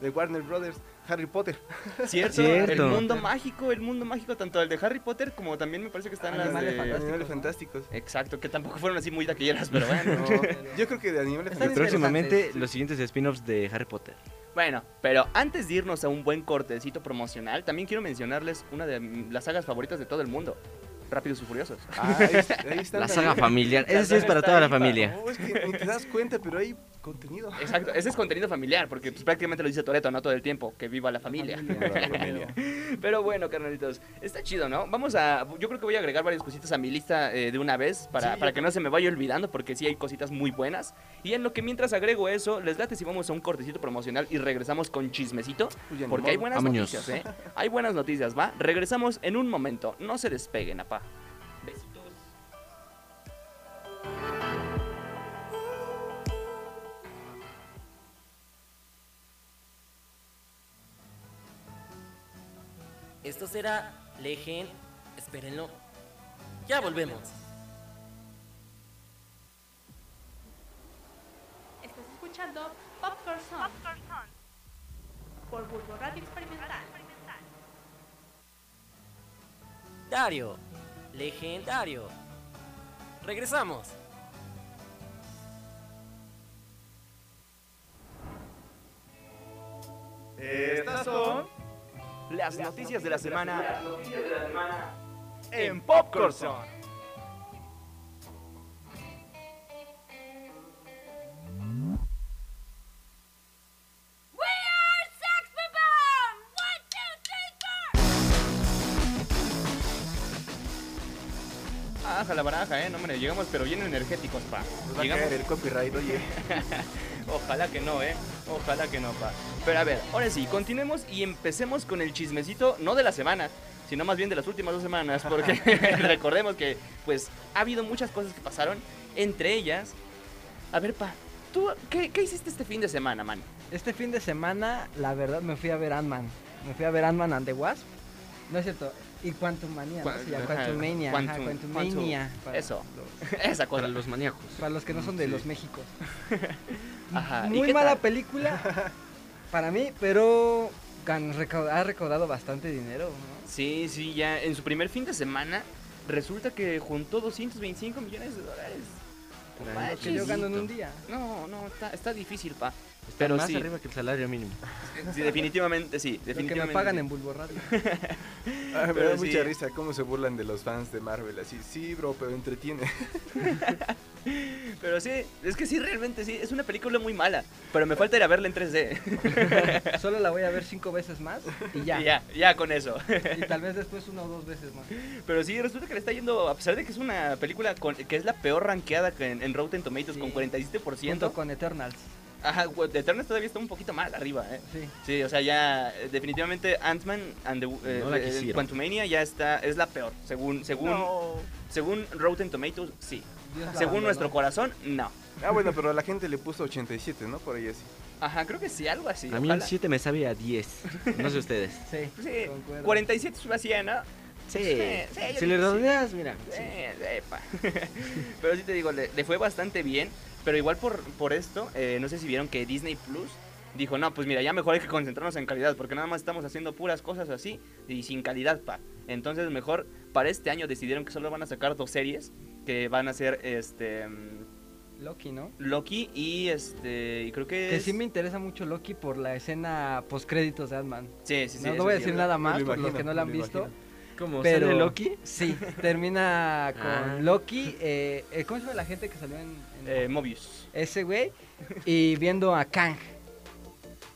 Speaker 3: de Warner Brothers, Harry Potter.
Speaker 2: [LAUGHS] Cierto,
Speaker 5: Cierto.
Speaker 2: el mundo mágico, el mundo mágico, tanto el de Harry Potter como también me parece que están las
Speaker 4: Animales
Speaker 2: de...
Speaker 4: Fantásticos,
Speaker 3: Animales
Speaker 4: ¿no?
Speaker 3: Fantásticos.
Speaker 2: Exacto, que tampoco fueron así muy taquilleras, pero
Speaker 4: [LAUGHS]
Speaker 2: bueno.
Speaker 3: No, yo creo que de Animales
Speaker 4: Están
Speaker 3: Fantásticos.
Speaker 5: y próximamente
Speaker 4: interesantes, sí.
Speaker 5: los siguientes spin-offs de Harry Potter.
Speaker 2: bueno, pero antes de irnos a un buen cortecito promocional, también quiero mencionarles una de mm, las sagas favoritas de todo el mundo. Rápidos y Furiosos.
Speaker 3: Ah, ahí, ahí están
Speaker 5: La
Speaker 3: también.
Speaker 5: saga familiar,
Speaker 2: La
Speaker 5: esa sí es
Speaker 2: saga
Speaker 5: para
Speaker 2: está
Speaker 5: toda la
Speaker 2: ahí para-
Speaker 5: familia.
Speaker 3: No, es que ni te das cuenta, pero hay contenido.
Speaker 2: Exacto, ese es contenido familiar, porque pues, prácticamente lo dice Toreto, no todo el tiempo, que viva la familia.
Speaker 3: Para la familia.
Speaker 2: [LAUGHS] Pero bueno, carnalitos, está chido, ¿no? Vamos a. Yo creo que voy a agregar varias cositas a mi lista eh, de una vez para,
Speaker 3: Sí,
Speaker 2: para
Speaker 3: yo
Speaker 2: que no se me vaya olvidando, porque sí hay cositas muy buenas. Y en lo que mientras agrego eso, les late si vamos a un cortecito promocional y regresamos con chismecito,
Speaker 3: Uy, Pues ya ni
Speaker 2: porque hay
Speaker 3: modo.
Speaker 2: buenas
Speaker 5: Vámonos.
Speaker 2: noticias, ¿eh? Hay buenas noticias, ¿va? Regresamos en un momento, no se despeguen, apá. Besitos.
Speaker 6: Esto será Lejen. Espérenlo. Ya volvemos.
Speaker 7: Richard Dove Popcorn Son por Bulbo Radio Experimental.
Speaker 6: Dario. Legendario. Regresamos.
Speaker 2: Estas son las noticias de la semana en Popcorn Zone.
Speaker 7: We are Sex Bomb! One, two, three, four!
Speaker 2: Ajá, la baraja, eh, no hombre, llegamos pero bien energéticos, pa.
Speaker 4: Pues
Speaker 3: Pues
Speaker 2: Llegamos,
Speaker 3: el copyright, [LAUGHS] oye.
Speaker 2: ojalá que no, eh, ojalá que no, pa. Pero a ver, ahora sí, continuemos y empecemos con el chismecito, no de la semana, sino más bien de las últimas dos
Speaker 4: [LAUGHS]
Speaker 2: semanas, porque [LAUGHS] recordemos que, pues, ha habido muchas cosas que pasaron, entre ellas, a ver, pa, ¿tú qué, qué hiciste este fin de semana, man? [LAUGHS]
Speaker 4: Este fin de semana, la verdad, me fui a ver Ant-Man. Me fui a ver Ant-Man and the Wasp. No es cierto. Y Quantum Mania, ¿no?
Speaker 2: Cuan-
Speaker 4: Se llama
Speaker 2: ajá,
Speaker 4: Quantum Mania.
Speaker 2: Quantum-
Speaker 4: Quantum
Speaker 2: Quantum-
Speaker 4: Mania. Para,
Speaker 2: Eso, esa cosa.
Speaker 5: Para los maníacos.
Speaker 4: para los que no son de
Speaker 3: Sí.
Speaker 4: los Méxicos.
Speaker 2: [LAUGHS] Ajá, ¿y
Speaker 4: Muy
Speaker 2: qué
Speaker 4: mala
Speaker 2: tal? [LAUGHS]
Speaker 4: película para mí, pero gan- recau- ha recaudado bastante dinero, ¿no?
Speaker 2: Sí, sí, ya en su primer fin de semana resulta que juntó 225 millones de dólares. No
Speaker 4: Lo que
Speaker 2: manches.
Speaker 4: yo gano en un día.
Speaker 2: No, no, está, está difícil, pa.
Speaker 5: Está
Speaker 2: Pero
Speaker 5: más
Speaker 2: sí,
Speaker 5: arriba que el salario mínimo.
Speaker 2: sí, definitivamente sí.
Speaker 4: Lo que
Speaker 2: Definitivamente
Speaker 4: me pagan
Speaker 2: sí.
Speaker 4: en
Speaker 2: [LAUGHS]
Speaker 4: Bulbo Radio.
Speaker 3: me
Speaker 2: Pero
Speaker 3: da
Speaker 2: sí.
Speaker 3: mucha risa cómo se burlan de los fans de Marvel. Así, sí, bro, pero entretiene.
Speaker 2: Pero sí, es que sí, realmente sí, es una película muy mala. Pero me falta ir a verla en [LAUGHS] 3D.
Speaker 4: Solo la voy a ver cinco veces más y
Speaker 2: Ya,
Speaker 4: ya.
Speaker 2: ya, ya con eso. [LAUGHS]
Speaker 4: Y tal vez después una o dos veces más.
Speaker 2: Pero sí, resulta que le está yendo, a pesar de que es una película con- que es la peor rankeada que en, en Rotten Tomatoes con
Speaker 4: Sí.
Speaker 2: 47%.
Speaker 4: Junto con Eternals.
Speaker 2: Ajá, The Eternals todavía está un poquito más arriba, eh.
Speaker 4: Sí.
Speaker 2: Sí, o sea, ya eh, definitivamente Ant-Man and the eh,
Speaker 5: No la
Speaker 2: eh,
Speaker 5: quisieron.
Speaker 2: Quantumania ya está es la peor, según según según Rotten Tomatoes, sí.
Speaker 4: Dios la
Speaker 2: según nuestro
Speaker 4: abandonó.
Speaker 2: corazón, no.
Speaker 3: [LAUGHS] Ah, bueno, pero la gente le puso 87, ¿no? Por ahí así.
Speaker 2: Ajá, creo que sí, algo así.
Speaker 5: a mí el
Speaker 2: ojalá.
Speaker 5: 7 me sabe a 10. No sé [LAUGHS] ustedes.
Speaker 4: Sí,
Speaker 2: Sí,
Speaker 4: concuerdo.
Speaker 2: 47 sube a 100, ¿no?
Speaker 5: Sí.
Speaker 2: Sí, yo digo que
Speaker 5: si le
Speaker 2: sí.
Speaker 5: rodeas, mira.
Speaker 2: Sí, epa. [LAUGHS] pero sí te digo, le, le fue bastante bien, pero igual por por esto, eh, no sé si vieron que Disney Plus dijo, "No, pues mira, ya mejor hay que concentrarnos en calidad, porque nada más estamos haciendo puras cosas así y sin calidad, pa." Entonces, mejor para este año decidieron que solo van a sacar dos series que van a ser este mm,
Speaker 4: Loki, ¿no?
Speaker 2: Loki y este y creo que,
Speaker 4: Que
Speaker 2: es-
Speaker 4: sí me interesa mucho Loki por la escena postcréditos de Ant-Man.
Speaker 2: Sí, sí, sí,
Speaker 4: no,
Speaker 2: eso
Speaker 4: no voy a
Speaker 2: sí,
Speaker 4: decir
Speaker 2: es-
Speaker 4: nada más
Speaker 3: Me lo
Speaker 4: por los
Speaker 3: imagino,
Speaker 4: que no la han
Speaker 3: me lo
Speaker 4: visto.
Speaker 3: imagino.
Speaker 5: ¿Cómo?
Speaker 4: Pero-
Speaker 5: ¿Sale Loki?
Speaker 4: Sí,
Speaker 2: [LAUGHS]
Speaker 4: termina con
Speaker 5: Ah.
Speaker 4: Loki. Eh, eh, ¿Cómo se llama la gente que salió en, en-
Speaker 2: eh, Mobius.
Speaker 4: ese güey? Y viendo a Kang.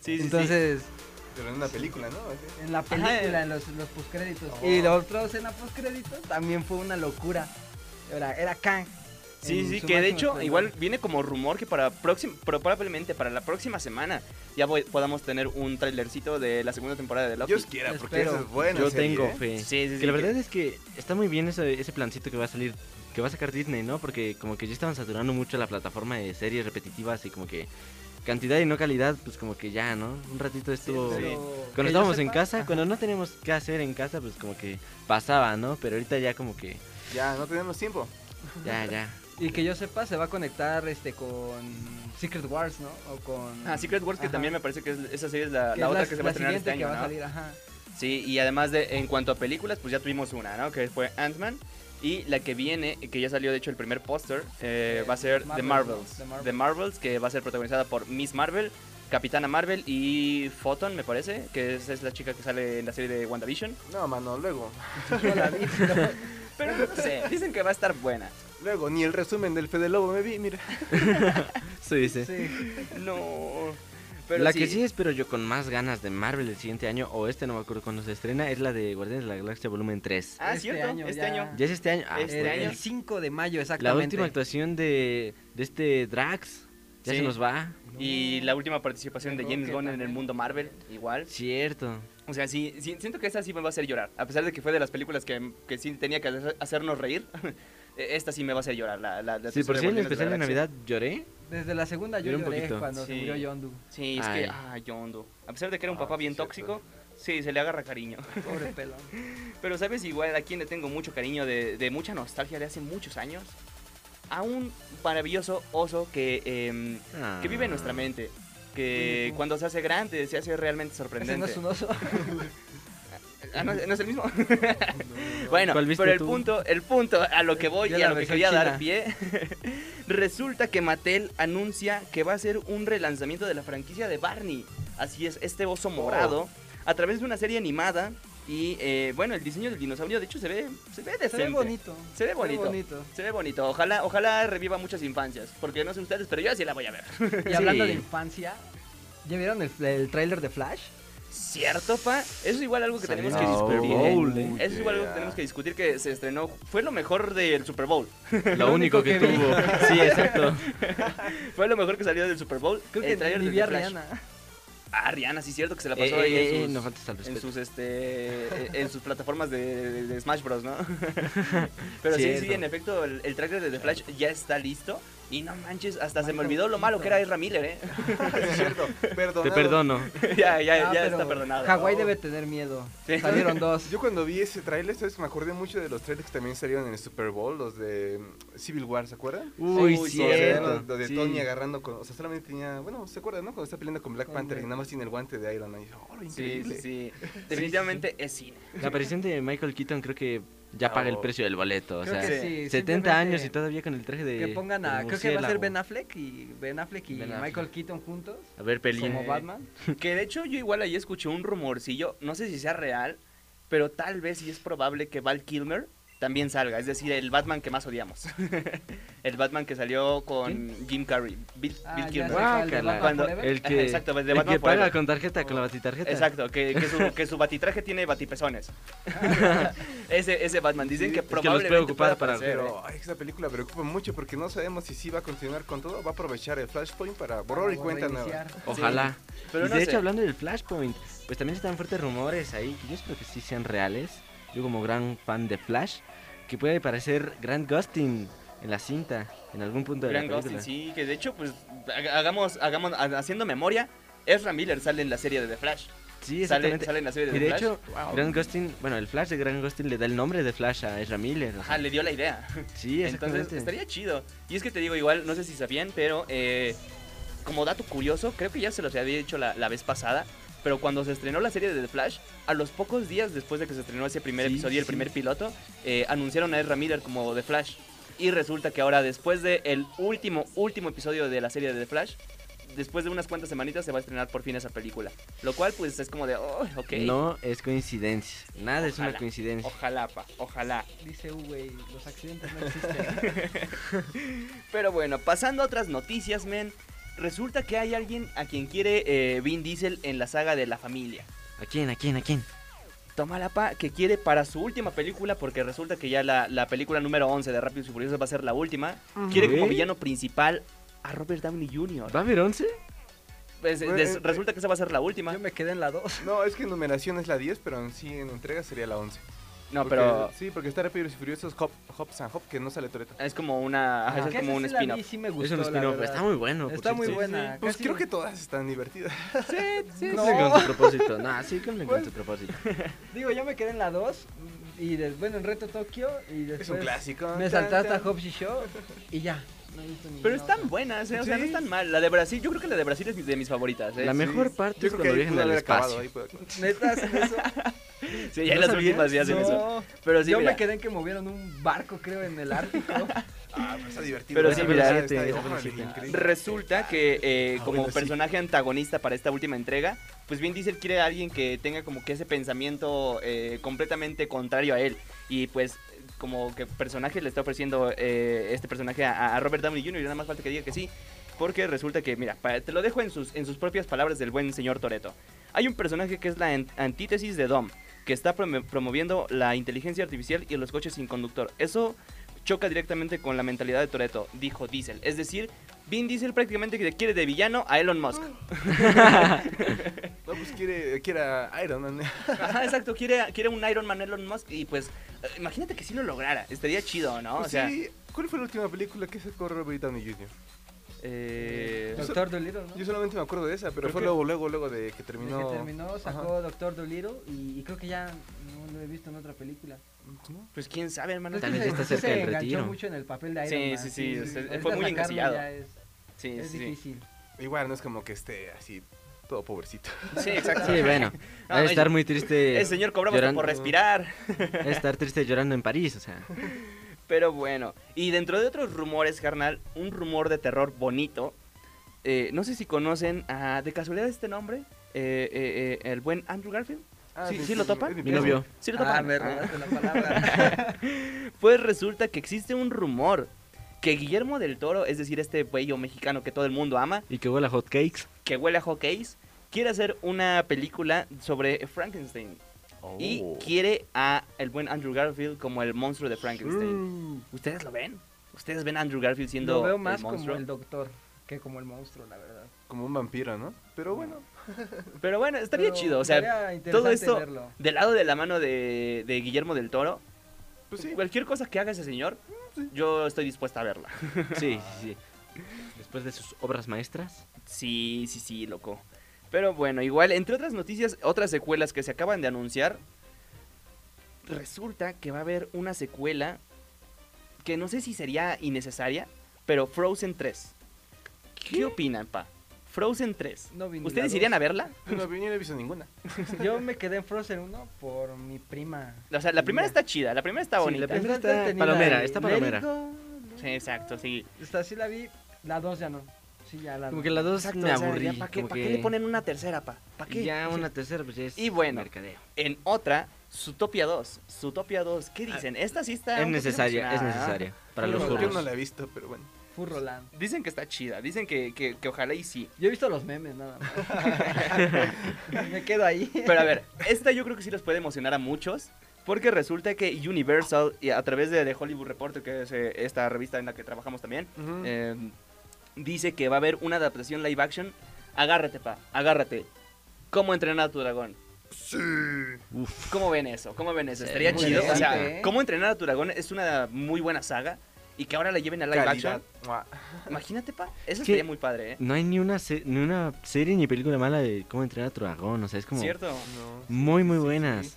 Speaker 2: Sí, sí, sí.
Speaker 4: Entonces,
Speaker 3: Pero en una película, ¿no? Así.
Speaker 4: en la película,
Speaker 2: eh.
Speaker 4: en los, los postcréditos.
Speaker 2: Oh.
Speaker 4: Y la otra escena postcréditos también fue una locura. Era, era Kang.
Speaker 2: Sí,
Speaker 4: en
Speaker 2: sí,
Speaker 4: su
Speaker 2: que de
Speaker 4: máximo
Speaker 2: hecho
Speaker 4: esplendor.
Speaker 2: igual viene como rumor que para próxim- pro- probablemente para la próxima semana ya voy- podamos tener un trailercito de la segunda temporada de Loki.
Speaker 3: Dios quiera, porque
Speaker 4: Espero.
Speaker 3: esa es buena
Speaker 5: Yo
Speaker 3: serie,
Speaker 5: tengo
Speaker 3: ¿eh?
Speaker 5: fe.
Speaker 2: Sí, sí, sí,
Speaker 5: que la
Speaker 2: que-
Speaker 5: verdad es que está muy bien ese, ese plancito que va a salir, que va a sacar Disney, ¿no? Porque como que ya estaban saturando mucho la plataforma de series repetitivas y como que cantidad y no calidad, pues como que ya, ¿no? Un ratito estuvo...
Speaker 4: Pero
Speaker 2: sí.
Speaker 4: que yo
Speaker 5: Cuando estábamos en
Speaker 4: sepa,
Speaker 5: casa,
Speaker 4: ajá.
Speaker 5: cuando no teníamos qué hacer en casa, pues como que pasaba, ¿no? Pero ahorita ya como [LAUGHS] que...
Speaker 3: Ya, no tenemos tiempo.
Speaker 5: Ya, ya.
Speaker 4: Y que yo sepa, se va a conectar este con Secret Wars, ¿no? O con.
Speaker 2: Ah, Secret Wars que
Speaker 4: Ajá.
Speaker 2: también me parece que es- esa serie es la,
Speaker 4: Que
Speaker 2: la
Speaker 4: es
Speaker 2: otra que se va a estrenar
Speaker 4: siguiente
Speaker 2: este año,
Speaker 4: que va
Speaker 2: ¿no?
Speaker 4: a salir, ajá.
Speaker 2: Sí, y además de en cuanto a películas, pues ya tuvimos una, ¿no? Que fue Ant-Man y la que viene, que ya salió de hecho el primer póster, eh,
Speaker 4: Eh,
Speaker 2: va a ser The
Speaker 4: Marvel,
Speaker 2: Marvels.
Speaker 4: ¿no? The Marvels.
Speaker 2: The Marvels que va a ser protagonizada por Miss Marvel, Capitana Marvel y Photon, me parece, que esa es la chica que sale en la serie de WandaVision.
Speaker 3: No, mano, luego.
Speaker 4: Yo la vi.
Speaker 2: [LAUGHS] Pero no sé, dicen que va a estar buena.
Speaker 3: Luego, ni el resumen del Fede Lobo me vi, [LAUGHS] mira.
Speaker 5: Sí, dice.
Speaker 4: Sí.
Speaker 2: No. Pero
Speaker 5: la que sí espero yo con más ganas de Marvel el siguiente año, o este, no me acuerdo cuándo se estrena, es la de Guardianes de la Galaxia Volumen 3.
Speaker 2: Ah,
Speaker 4: Este
Speaker 2: cierto,
Speaker 4: año
Speaker 2: este
Speaker 4: ya.
Speaker 2: año.
Speaker 5: ¿Ya es este año? Ah,
Speaker 2: Este
Speaker 4: el,
Speaker 5: bueno.
Speaker 2: año.
Speaker 4: el 5 de mayo,
Speaker 5: La
Speaker 4: exactamente.
Speaker 5: última actuación de, de este Drax. Ya
Speaker 2: Sí.
Speaker 5: se nos va.
Speaker 2: Y la última participación de
Speaker 4: Creo
Speaker 2: James
Speaker 4: que
Speaker 2: Gunn en el
Speaker 4: también.
Speaker 2: mundo Marvel, igual.
Speaker 5: Cierto.
Speaker 2: O sea, sí, sí, siento que esta sí me va a hacer llorar. A pesar de que fue de las películas que, que sí tenía que hacer- hacernos reír, [LAUGHS] e, esta sí me va a hacer llorar. La, la, la
Speaker 5: Sí, por
Speaker 2: tercera
Speaker 5: si en el
Speaker 2: Guardianes la
Speaker 5: especial de
Speaker 2: Galaxia.
Speaker 5: Navidad lloré.
Speaker 4: Desde la segunda yo
Speaker 5: Lloré un
Speaker 4: lloré
Speaker 5: poquito.
Speaker 4: cuando se
Speaker 2: Sí.
Speaker 4: murió Yondu.
Speaker 2: Sí, es
Speaker 5: Ay.
Speaker 2: que, ah, Yondo. A pesar de que era un
Speaker 3: Ah,
Speaker 2: papá bien
Speaker 3: cierto.
Speaker 2: tóxico, sí, se le agarra cariño. [LAUGHS]
Speaker 4: Pobre pelón.
Speaker 2: Pero sabes igual a quien le tengo mucho cariño de, de mucha nostalgia de hace muchos años. a un maravilloso oso que, em,
Speaker 5: Ah.
Speaker 2: que vive en nuestra mente. Que cuando se hace grande se hace realmente sorprendente.
Speaker 4: Ese no es un oso.
Speaker 2: Ah, no, no es el mismo. [LAUGHS] bueno,
Speaker 5: ¿Cuál viste
Speaker 2: pero el
Speaker 5: tú?
Speaker 2: punto, el punto a lo que voy
Speaker 4: Yo
Speaker 2: y a
Speaker 4: la
Speaker 2: lo que quería
Speaker 4: versión
Speaker 2: dar
Speaker 4: china.
Speaker 2: pie. [LAUGHS] Resulta que Mattel anuncia que va a ser un relanzamiento de la franquicia de Barney. Así es, este oso morado a través de una serie animada y eh, bueno, el diseño del dinosaurio de hecho se ve se ve
Speaker 4: Se ve
Speaker 2: decente.
Speaker 4: bonito.
Speaker 2: Se ve bonito. Se ve bonito. Ojalá, ojalá reviva muchas infancias, porque no sé ustedes, pero yo así la voy a ver.
Speaker 4: Y hablando
Speaker 5: Sí.
Speaker 4: de infancia, ¿ya vieron el, el tráiler de Flash?
Speaker 2: ¿Cierto, pa? Eso es igual algo que tenemos que
Speaker 5: en el Super
Speaker 2: discutir. ¿eh?
Speaker 5: Bowl, eh.
Speaker 2: Eso es igual algo que tenemos que discutir que se estrenó. Fue lo mejor del Super Bowl. [LAUGHS]
Speaker 5: Lo único que,
Speaker 4: que vi.
Speaker 5: tuvo. Sí, exacto.
Speaker 2: Fue lo mejor que salió del Super Bowl.
Speaker 4: Creo
Speaker 2: el
Speaker 4: que
Speaker 2: tráiler
Speaker 4: ni
Speaker 2: del
Speaker 4: vi a
Speaker 2: Flash.
Speaker 4: Rihanna.
Speaker 2: Ah, Rihanna, sí, cierto que se [LAUGHS] la pasó
Speaker 5: Eh,
Speaker 2: ahí
Speaker 5: eh,
Speaker 2: en,
Speaker 5: eh,
Speaker 2: sus,
Speaker 5: no faltes al
Speaker 2: en
Speaker 5: respeto.
Speaker 2: sus, este, en sus plataformas de, de Smash Bros, ¿no? [LAUGHS] Pero sí, sí,
Speaker 5: Cierto.
Speaker 2: en efecto, el, el tráiler de The Flash ya está listo. Y no manches, hasta se me olvidó lo malo que era Ezra Miller, ¿eh? [LAUGHS]
Speaker 3: Ah, es cierto. Perdonado.
Speaker 5: Te perdono.
Speaker 2: ya, ya,
Speaker 4: Ah,
Speaker 2: ya
Speaker 4: pero
Speaker 2: está perdonado.
Speaker 4: Hawái
Speaker 3: Oh.
Speaker 4: debe tener miedo.
Speaker 2: Sí.
Speaker 4: Salieron
Speaker 3: [LAUGHS]
Speaker 4: dos.
Speaker 3: Yo cuando vi ese tráiler, ¿sabes? Me acordé mucho de los trailers que también salieron en el Super Bowl, los de mm, Civil War, ¿se acuerdan?
Speaker 2: Uy,
Speaker 5: Uy,
Speaker 3: O sea,
Speaker 5: cierto.
Speaker 3: los- los de
Speaker 5: Sí.
Speaker 3: Tony agarrando con... O sea, solamente tenía... Bueno, ¿se acuerdan, no? Cuando está peleando con Black
Speaker 4: Con
Speaker 3: Panther y
Speaker 4: Black-
Speaker 3: nada más tiene el guante de Iron Man. Y yo, ¡oh,
Speaker 2: Sí,
Speaker 3: increíble!
Speaker 2: sí, sí. Definitivamente es cine.
Speaker 5: La aparición de Michael Keaton creo que ya paga el precio del boleto. O
Speaker 4: Creo
Speaker 5: sea,
Speaker 4: que sí,
Speaker 5: 70 años
Speaker 4: simplemente
Speaker 5: y todavía con el traje de.
Speaker 4: Que pongan a.
Speaker 5: del
Speaker 4: Creo que va a ser
Speaker 5: murciélago.
Speaker 4: Ben Affleck y Ben Affleck y
Speaker 5: Ben Affleck.
Speaker 4: Michael Keaton juntos.
Speaker 5: A ver, peli.
Speaker 4: Como
Speaker 2: Sí.
Speaker 4: Batman.
Speaker 2: Que de hecho yo igual ahí escuché un rumorcillo, no sé si sea real, pero tal vez y es probable que Val Kilmer también salga, es decir, el Batman que más odiamos. [LAUGHS] el Batman que salió con Jim Carrey, Bill,
Speaker 4: Ah,
Speaker 2: Bill
Speaker 4: ya
Speaker 2: Kilmer.
Speaker 4: sé cuál, de
Speaker 5: Guácala.
Speaker 4: Batman
Speaker 2: Cuando-
Speaker 4: Forever.
Speaker 5: El
Speaker 4: [LAUGHS]
Speaker 5: que,
Speaker 2: Exacto, de
Speaker 5: el
Speaker 2: Batman
Speaker 5: que
Speaker 2: Forever.
Speaker 5: paga con tarjeta, con la batitarjeta.
Speaker 2: Exacto, que, que su, que su batitraje tiene
Speaker 5: [LAUGHS]
Speaker 2: batipezones. ese, ese Batman, dicen que
Speaker 5: Es que los puede
Speaker 2: probablemente pueda
Speaker 5: ocupar para-
Speaker 2: aparecer, ¿eh?
Speaker 3: Pero ay, esa película preocupa mucho porque no sabemos si sí va a continuar con todo, va a aprovechar el Flashpoint para borrar y
Speaker 4: Para
Speaker 3: cuenta nueva.
Speaker 4: reiniciar.
Speaker 5: Ojalá.
Speaker 2: Pero
Speaker 5: y
Speaker 2: no
Speaker 5: de
Speaker 2: sé.
Speaker 5: hecho, hablando del Flashpoint, pues también están fuertes rumores ahí, que yo espero que sí sean reales. Yo como gran fan de Flash, que puede parecer Grant Gustin en la cinta, en algún punto de
Speaker 2: Grant
Speaker 5: la película.
Speaker 2: Gustin, sí, que de hecho, pues, haga- hagamos, hagamos, ha- haciendo memoria, Ezra Miller sale en la serie de The Flash.
Speaker 5: Sí,
Speaker 2: Sale,
Speaker 5: exactamente.
Speaker 2: sale en la serie de
Speaker 5: y
Speaker 2: The
Speaker 5: de
Speaker 2: Flash.
Speaker 5: hecho, Grant Gustin, bueno, el Flash de Grant Gustin le da el nombre de Flash a Ezra Miller. o sea,
Speaker 2: Ajá, Ah, le dio la idea.
Speaker 5: sí, exactamente.
Speaker 2: Entonces estaría chido. Y es que te digo, igual, no sé si sabían, pero eh, como dato curioso, creo que ya se los había dicho la, la vez pasada. Pero cuando se estrenó la serie de The Flash, a los pocos días después de que se estrenó ese primer
Speaker 5: Sí,
Speaker 2: episodio y el
Speaker 5: sí.
Speaker 2: primer piloto, eh, anunciaron a Ezra Miller como The Flash. Y resulta que ahora, después del el último, último episodio de la serie de The Flash, después de unas cuantas semanitas se va a estrenar por fin esa película. Lo cual, pues, es como de, oh, ok.
Speaker 5: No es coincidencia. Nada es una
Speaker 2: Ojalá.
Speaker 5: coincidencia.
Speaker 2: Ojalá, pa, ojalá.
Speaker 4: Dice, "Uh, güey, los accidentes no existen.
Speaker 2: Pero bueno, pasando a otras noticias, men. Resulta que hay alguien a quien quiere eh, Vin Diesel en la saga de la familia.
Speaker 5: ¿A quién? ¿A quién? ¿A quién?
Speaker 2: Toma la pa que quiere para su última película, porque resulta que ya la, la película número 11 de Rápidos y Furiosos va a ser la última. Quiere como
Speaker 5: ¿Eh?
Speaker 2: villano principal a Robert Downey Jr.
Speaker 5: ¿Va a haber 11?
Speaker 2: Pues, eh,
Speaker 3: Bueno,
Speaker 2: des-
Speaker 3: eh,
Speaker 2: resulta que esa va a ser la última.
Speaker 4: Yo me quedé en la 2.
Speaker 3: No, es que en numeración es la 10, pero en sí en entrega sería la 11.
Speaker 2: No,
Speaker 3: Porque-
Speaker 2: pero
Speaker 3: Sí, porque está Rápidos y Furiosos Hop, Hop San Hop, que no sale Toreto.
Speaker 2: es como una. ajá, es
Speaker 4: Ah, que
Speaker 2: como
Speaker 4: esa
Speaker 2: un
Speaker 4: sí la vi,
Speaker 2: spin-off.
Speaker 4: sí me
Speaker 5: Es
Speaker 4: gustó,
Speaker 5: un
Speaker 4: la
Speaker 5: spin-off.
Speaker 4: verdad.
Speaker 5: Está muy bueno. por
Speaker 4: Está muy
Speaker 5: cierto.
Speaker 4: buena.
Speaker 3: Pues
Speaker 4: casi-
Speaker 3: creo que todas están divertidas. [LAUGHS]
Speaker 5: Cumplen con su propósito. No, sí, cumplen con su propósito.
Speaker 4: Digo, yo me quedé en la 2 y de- bueno, en Reto Tokio y
Speaker 3: es
Speaker 4: después
Speaker 3: un clásico.
Speaker 4: Pues, me
Speaker 3: Tan,
Speaker 4: saltaste a
Speaker 3: tan.
Speaker 4: Hobbs y Show y ya. No he visto
Speaker 2: Pero
Speaker 4: ninguna
Speaker 2: están
Speaker 4: otra.
Speaker 2: buenas, eh, o sea, no
Speaker 3: Sí.
Speaker 2: están mal. La de Brasil, yo creo que la de Brasil es de mis favoritas. eh.
Speaker 5: La mejor parte
Speaker 3: Yo
Speaker 5: es
Speaker 3: creo que
Speaker 5: cuando
Speaker 3: ahí
Speaker 5: viajan
Speaker 3: pudo
Speaker 5: al
Speaker 3: haber
Speaker 5: espacio.
Speaker 3: acabado. Ahí pues, pudo haber acabado.
Speaker 4: ¿Neta hacen eso? [LAUGHS]
Speaker 2: [LAUGHS] Sí, ya
Speaker 5: ¿No
Speaker 2: las
Speaker 5: sabías?
Speaker 2: últimas días en eso.
Speaker 4: No.
Speaker 2: Pero sí,
Speaker 4: yo
Speaker 2: mira.
Speaker 4: me quedé en que movieron un barco, creo, en el Ártico.
Speaker 3: Ah, pero está divertido.
Speaker 2: Pero
Speaker 3: ¿eh?
Speaker 2: sí,
Speaker 3: La
Speaker 2: mira,
Speaker 3: verdad,
Speaker 5: este,
Speaker 3: está-
Speaker 5: este,
Speaker 3: órale,
Speaker 5: este.
Speaker 3: increíble.
Speaker 2: Resulta que eh,
Speaker 3: Ah,
Speaker 2: como
Speaker 3: bueno, sí.
Speaker 2: personaje antagonista para esta última entrega, pues bien Diesel quiere a alguien que tenga como que ese pensamiento eh, completamente contrario a él. Y pues eh, como que personaje le está ofreciendo eh, este personaje a, a Robert Downey Jr. y nada más falta que diga que sí. Porque resulta que, mira, pa- te lo dejo en sus, en sus propias palabras del buen señor Toreto. Hay un personaje que es la ant- antítesis de Dom, que está prom- promoviendo la inteligencia artificial y los coches sin conductor. Eso choca directamente con la mentalidad de Toreto, dijo Diesel. Es decir, Vin Diesel prácticamente que quiere de villano a Elon Musk.
Speaker 3: No, pues quiere, quiere a Iron Man.
Speaker 2: Ajá, exacto, quiere, quiere un Iron Man Elon Musk y pues eh, imagínate que si
Speaker 3: [LAUGHS]
Speaker 2: lo lograra, estaría chido, ¿no? Ah, O
Speaker 3: Pues
Speaker 2: sea,
Speaker 3: sí, ¿cuál fue la última película que sacó Robert Downey Jr.?
Speaker 2: eh, [LAUGHS] Eh,
Speaker 4: Doctor Dolittle, ¿no?
Speaker 3: Yo solamente me acuerdo de esa, pero
Speaker 2: Creo
Speaker 3: fue
Speaker 2: que-
Speaker 3: luego, luego, luego de que
Speaker 4: Desde
Speaker 3: terminó.
Speaker 4: que terminó, sacó
Speaker 3: Ajá.
Speaker 4: Doctor Dolittle y, y creo que ya no lo he visto en otra película.
Speaker 3: ¿No?
Speaker 2: pues quién sabe, hermano.
Speaker 4: Pero es que
Speaker 5: Tal vez ya
Speaker 4: se-
Speaker 5: está
Speaker 4: se
Speaker 5: cerca del
Speaker 4: enganchó
Speaker 5: retiro.
Speaker 4: mucho en el papel de
Speaker 2: Sí,
Speaker 4: Iron Man.
Speaker 2: sí, sí, o sea,
Speaker 4: Ahorita
Speaker 2: fue muy
Speaker 4: sacarlo
Speaker 2: encasillado.
Speaker 4: ya Es,
Speaker 2: Sí,
Speaker 4: es
Speaker 2: sí, sí.
Speaker 4: difícil.
Speaker 3: Igual no es como que esté así, todo pobrecito.
Speaker 2: Sí, exacto.
Speaker 5: Sí, bueno. Va a
Speaker 2: No,
Speaker 5: estar
Speaker 2: el-
Speaker 5: muy triste.
Speaker 2: [LAUGHS] El señor cobraba hasta
Speaker 5: llorando-
Speaker 2: por respirar.
Speaker 5: va a [LAUGHS] estar triste llorando en París, o sea.
Speaker 2: Pero bueno, y dentro de otros rumores, carnal, un rumor de terror bonito. eh, no sé si conocen ah, de casualidad este nombre, eh, eh, eh, el buen Andrew Garfield.
Speaker 3: Ah,
Speaker 2: sí, sí lo topan.
Speaker 3: es mi
Speaker 5: Mi
Speaker 3: perro.
Speaker 5: novio.
Speaker 2: ¿Sí lo topan?
Speaker 4: me
Speaker 2: Ah.
Speaker 4: robaste la palabra.
Speaker 2: Pues resulta que existe un rumor que Guillermo del Toro, es decir, este bello mexicano que todo el mundo ama,
Speaker 5: Y que huele a hot cakes.
Speaker 2: que huele a hotcakes, quiere hacer una película sobre Frankenstein. Y
Speaker 4: Oh.
Speaker 2: quiere a el buen Andrew Garfield como el monstruo de Frankenstein.
Speaker 3: Uh,
Speaker 2: ¿Ustedes lo ven? ¿Ustedes ven a Andrew Garfield siendo
Speaker 4: Lo veo
Speaker 2: el
Speaker 4: más como
Speaker 2: monstruo?
Speaker 4: el doctor que como el monstruo, la verdad.
Speaker 3: Como un vampiro, ¿no? Pero
Speaker 2: Mm.
Speaker 3: bueno,
Speaker 2: Pero bueno, estaría
Speaker 4: Pero
Speaker 2: chido. O sea,
Speaker 4: estaría interesante
Speaker 2: esto-
Speaker 4: verlo.
Speaker 2: del lado de la mano de, de Guillermo del Toro,
Speaker 3: pues sí.
Speaker 2: cualquier cosa que haga ese señor, yo estoy dispuesta a verla.
Speaker 5: Sí, sí, sí. Después de sus obras maestras.
Speaker 2: Sí, sí, sí, loco. Pero bueno, igual, entre otras noticias, otras secuelas que se acaban de anunciar, resulta que va a haber una secuela que no sé si sería innecesaria, pero Frozen 3. ¿Qué, opinan, pa? Frozen 3.
Speaker 4: No vi ni la
Speaker 2: ¿Ustedes
Speaker 4: dos.
Speaker 2: irían a verla?
Speaker 3: Yo no, vi- yo no he visto ninguna.
Speaker 4: Yo me quedé en Frozen 1 por mi prima.
Speaker 2: O sea, la primera
Speaker 4: Mira.
Speaker 2: está chida, la primera está
Speaker 5: Sí,
Speaker 2: bonita.
Speaker 5: la primera
Speaker 4: Está
Speaker 5: está
Speaker 4: entretenida
Speaker 5: palomera,
Speaker 4: y-
Speaker 5: está palomera.
Speaker 2: Sí, exacto, sí.
Speaker 4: Esta sí la vi, la 2 ya no. Sí, ya la
Speaker 5: Como
Speaker 4: no.
Speaker 5: que la dos me aburrí.
Speaker 2: ¿Para qué,
Speaker 5: como
Speaker 2: pa'
Speaker 5: que
Speaker 2: qué le ponen una tercera, pa? ¿Para qué?
Speaker 5: Ya una tercera, pues ya es
Speaker 2: Y bueno.
Speaker 5: mercadeo.
Speaker 2: En otra, Zootopia 2. Zootopia 2, ¿qué dicen? Esta sí está...
Speaker 5: Ah, Es
Speaker 2: un poquito
Speaker 5: necesaria, es
Speaker 2: emocionada, ¿no?
Speaker 5: necesaria. Para
Speaker 3: Yo
Speaker 5: los
Speaker 3: no- Yo no
Speaker 5: juegos.
Speaker 3: la he visto, pero bueno.
Speaker 4: Furroland.
Speaker 2: Dicen que está chida, dicen que, que, que ojalá y sí.
Speaker 4: Yo he visto los memes nada más.
Speaker 2: [LAUGHS]
Speaker 4: me quedo ahí.
Speaker 2: Pero a ver, esta yo creo que sí los puede emocionar a muchos. Porque resulta que Universal, y a través de The Hollywood Reporter, que es eh, esta revista en la que trabajamos también,
Speaker 3: Eh,
Speaker 2: eh, dice que va a haber una adaptación live action. Agárrate, pa, agárrate. ¿Cómo entrenar a tu dragón?
Speaker 5: Uf.
Speaker 2: ¿Cómo ven eso? ¿Cómo ven eso? Estaría
Speaker 4: muy
Speaker 2: chido. O
Speaker 4: interesante,
Speaker 2: sea,
Speaker 4: ¿eh?
Speaker 2: ¿cómo entrenar a tu dragón? Es una muy buena saga. Y que ahora la lleven a live
Speaker 3: calidad.
Speaker 2: action.
Speaker 3: Mua.
Speaker 2: Imagínate, pa. Eso
Speaker 5: ¿Qué?
Speaker 2: estaría muy padre, ¿eh?
Speaker 5: No hay ni una, se- ni una serie ni película mala de cómo entrenar a tu dragón. O sea, es como
Speaker 2: ¿Cierto?
Speaker 3: No.
Speaker 5: muy, muy
Speaker 3: Sí, sí,
Speaker 5: buenas.
Speaker 3: sí.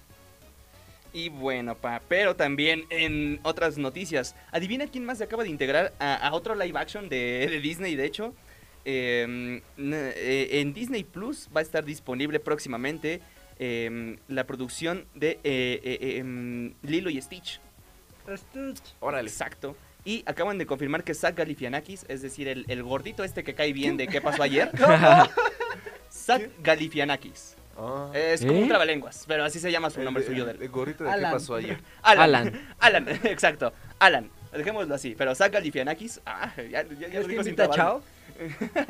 Speaker 2: Y bueno, pa, pero también en otras noticias. Adivina quién más se acaba de integrar a, a otro live action de, de Disney, de hecho. Em, n- eh, en Disney Plus va a estar disponible próximamente em, la producción de eh, eh, em, Lilo y Stitch.
Speaker 4: Stitch.
Speaker 3: Órale.
Speaker 2: Exacto. Y acaban de confirmar que Zach Galifianakis, es decir, el, el gordito este que cae bien de qué pasó ayer. Zach Galifianakis.
Speaker 3: Ah.
Speaker 2: Es como un
Speaker 5: ¿Eh?
Speaker 2: trabalenguas, pero así se llama su
Speaker 3: El-
Speaker 2: nombre suyo.
Speaker 3: El,
Speaker 2: del-
Speaker 3: el gorrito de
Speaker 4: Alan.
Speaker 3: qué pasó ayer.
Speaker 2: Alan. Alan, [LAUGHS] exacto. Alan. Dejémoslo así, pero Zach Galifianakis. Ah, ya, ya- ya lo
Speaker 4: ¿Es que
Speaker 2: digo sin
Speaker 4: invita a
Speaker 2: trabarme.
Speaker 4: Chao?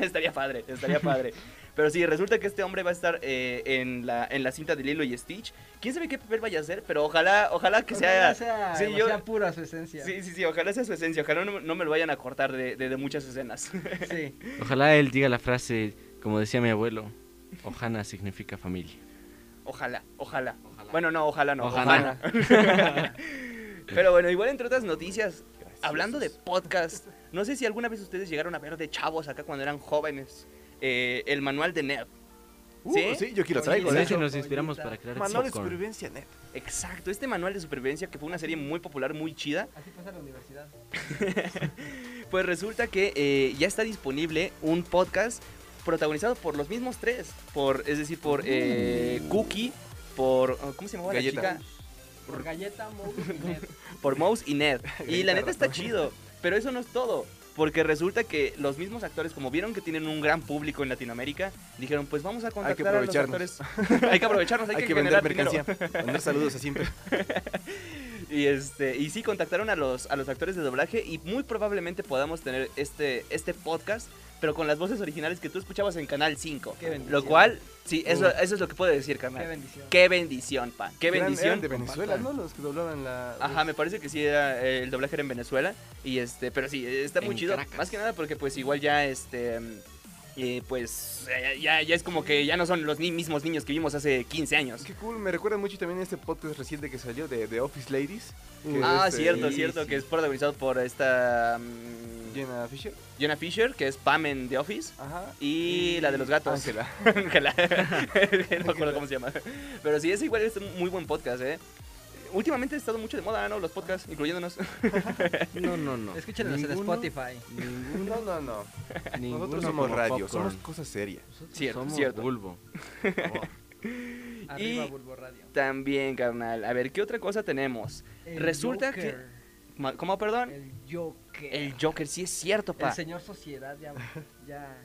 Speaker 2: [LAUGHS] estaría padre, estaría padre. Pero sí, resulta que este hombre va a estar eh, en, la, en la cinta de Lilo y Stitch. ¿Quién sabe qué papel vaya a hacer? Pero ojalá, ojalá que sea...
Speaker 4: Ojalá sea,
Speaker 2: sí,
Speaker 4: o
Speaker 2: yo-
Speaker 4: sea pura su esencia.
Speaker 2: Sí, sí, sí, ojalá sea su esencia. Ojalá no, no me lo vayan a cortar de, de- de muchas escenas. [LAUGHS]
Speaker 4: Sí.
Speaker 5: Ojalá él diga la frase, como decía mi abuelo, Ohana significa familia.
Speaker 2: Ojalá, ojalá. Bueno, no, ojalá no.
Speaker 5: Ojalá.
Speaker 2: ojalá. [LAUGHS] Pero bueno, igual entre otras noticias, [LAUGHS] hablando de podcast, no sé si alguna vez ustedes llegaron a ver de chavos acá cuando eran jóvenes eh, el manual de Nerd.
Speaker 3: Uh,
Speaker 2: ¿Sí?
Speaker 3: ¿Sí? yo aquí lo traigo.
Speaker 5: Con
Speaker 3: de
Speaker 5: ese
Speaker 3: hecho.
Speaker 5: nos inspiramos para crear
Speaker 3: Manual de
Speaker 5: Popcorn.
Speaker 3: supervivencia net.
Speaker 2: Exacto, este manual de supervivencia que fue una serie muy popular, muy chida,
Speaker 4: Así pasa en la universidad.
Speaker 2: pues resulta que eh, ya está disponible un podcast protagonizado por los mismos tres, por es decir, por eh, Cookie, por oh, ¿cómo se llamaba la
Speaker 3: Galleta.
Speaker 2: chica?
Speaker 4: Por galleta, moco y net.
Speaker 2: por Mouse y
Speaker 3: [LAUGHS]
Speaker 2: Ned. Y la neta
Speaker 3: Gritando.
Speaker 2: está chido, pero eso no es todo. Porque resulta que los mismos actores, como vieron que tienen un gran público en Latinoamérica, dijeron, pues vamos a contactar a los
Speaker 3: aprovecharnos.
Speaker 2: actores. [LAUGHS] hay que aprovecharnos, hay,
Speaker 3: Hay, que
Speaker 2: generar
Speaker 3: [LAUGHS] vender
Speaker 2: dinero.
Speaker 3: mercancía. Mandar saludos a siempre.
Speaker 2: [LAUGHS] Y este, y sí contactaron a los a los actores de doblaje y muy probablemente podamos tener este este podcast, pero con las voces originales que tú escuchabas en Canal 5.
Speaker 4: Qué bendición.
Speaker 2: Lo cual, sí, eso,
Speaker 3: Uy.
Speaker 2: eso es lo que puedo decir,
Speaker 4: Qué
Speaker 2: carnal.
Speaker 4: bendición.
Speaker 2: Qué bendición, pa. Qué
Speaker 3: Eran-
Speaker 2: bendición.
Speaker 3: eran de Venezuela, ¿no? Los que doblaban la.
Speaker 2: Ajá, me parece que sí era eh, el doblaje era en Venezuela y este, pero sí, eh, está muy
Speaker 5: En
Speaker 2: chido,
Speaker 5: Caracas.
Speaker 2: más que nada porque pues igual ya este mm, eh, pues eh, ya, ya es como que ya no son los ni- mismos niños que vimos hace 15 años.
Speaker 3: Qué cool, me recuerda mucho también este podcast reciente que salió de The Office Ladies. que
Speaker 2: Ah,
Speaker 3: es, eh,
Speaker 2: cierto,
Speaker 3: sí,
Speaker 2: cierto,
Speaker 3: sí.
Speaker 2: que es protagonizado por esta mm,
Speaker 3: Jenna Fisher.
Speaker 2: Jenna Fisher, que es Pam en The
Speaker 3: [LAUGHS]
Speaker 2: Office.
Speaker 3: Ajá.
Speaker 2: Y la de los gatos.
Speaker 3: Ángela. [LAUGHS]
Speaker 2: Ángela. [LAUGHS] no me acuerdo cómo se llama. Pero sí, es igual, es un muy buen podcast, ¿eh? Últimamente ha estado mucho de moda, ¿no? Los podcasts, incluyéndonos. [LAUGHS]
Speaker 5: [LAUGHS] No, no, no.
Speaker 4: Escúchenlos en
Speaker 5: Ninguno,
Speaker 4: Spotify.
Speaker 3: No, no, no.
Speaker 5: ninguno
Speaker 3: Nosotros somos
Speaker 5: como
Speaker 3: radio,
Speaker 5: Popcorn.
Speaker 3: somos cosas serias.
Speaker 5: Nosotros
Speaker 2: Cierto,
Speaker 5: somos
Speaker 2: cierto.
Speaker 5: Bulbo.
Speaker 4: Arriba Bulbo Radio.
Speaker 2: También, carnal. A ver, ¿qué otra cosa tenemos? Resulta que- Ma- ¿Cómo, perdón?
Speaker 4: El Joker.
Speaker 2: El Joker, sí es cierto,
Speaker 4: El
Speaker 2: pa.
Speaker 4: señor Sociedad ya, ya,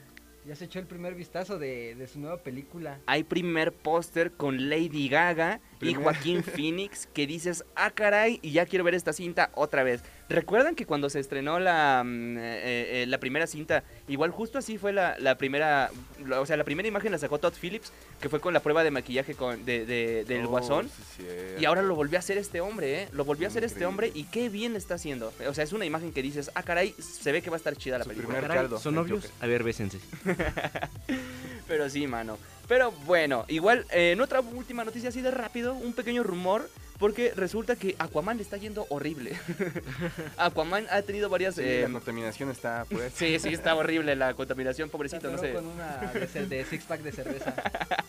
Speaker 4: ya se echó el primer vistazo de, de su nueva película.
Speaker 2: Hay primer póster con Lady Gaga y
Speaker 3: Primer- [LAUGHS]
Speaker 2: Joaquín Phoenix que dices, ah, caray, y ya quiero ver esta cinta otra vez. ¿Recuerdan que cuando se estrenó la, mm, eh, eh, la primera cinta, igual justo así fue la, la primera, la- o sea, la primera imagen la sacó Todd Phillips, que fue con la prueba de maquillaje con, de- de- del
Speaker 3: Oh,
Speaker 2: guasón?
Speaker 3: sí, cierto.
Speaker 2: Y ahora lo volvió a hacer este hombre, ¿eh? Lo volvió a hacer este
Speaker 3: Increíble.
Speaker 2: hombre y qué bien lo está haciendo. O sea, es una imagen que dices, ah, caray, se ve que va a estar chida la
Speaker 3: Su
Speaker 2: película.
Speaker 3: primer
Speaker 5: Caray,
Speaker 3: caldo,
Speaker 5: ¿Son
Speaker 3: el
Speaker 5: novios?
Speaker 3: Joker.
Speaker 5: A ver, bésense.
Speaker 2: Pero sí, mano. Pero bueno, igual, eh, en otra última noticia así de rápido, un pequeño rumor, porque resulta que Aquaman le está yendo horrible. [LAUGHS] Aquaman ha tenido varias...
Speaker 3: Sí,
Speaker 2: eh,
Speaker 3: la contaminación está fuerte.
Speaker 2: Sí, sí, está horrible la contaminación,
Speaker 4: Se
Speaker 2: pobrecito, no
Speaker 4: atoró
Speaker 2: sé.
Speaker 4: con una de, ce- de six pack
Speaker 2: [LAUGHS]
Speaker 4: de cerveza.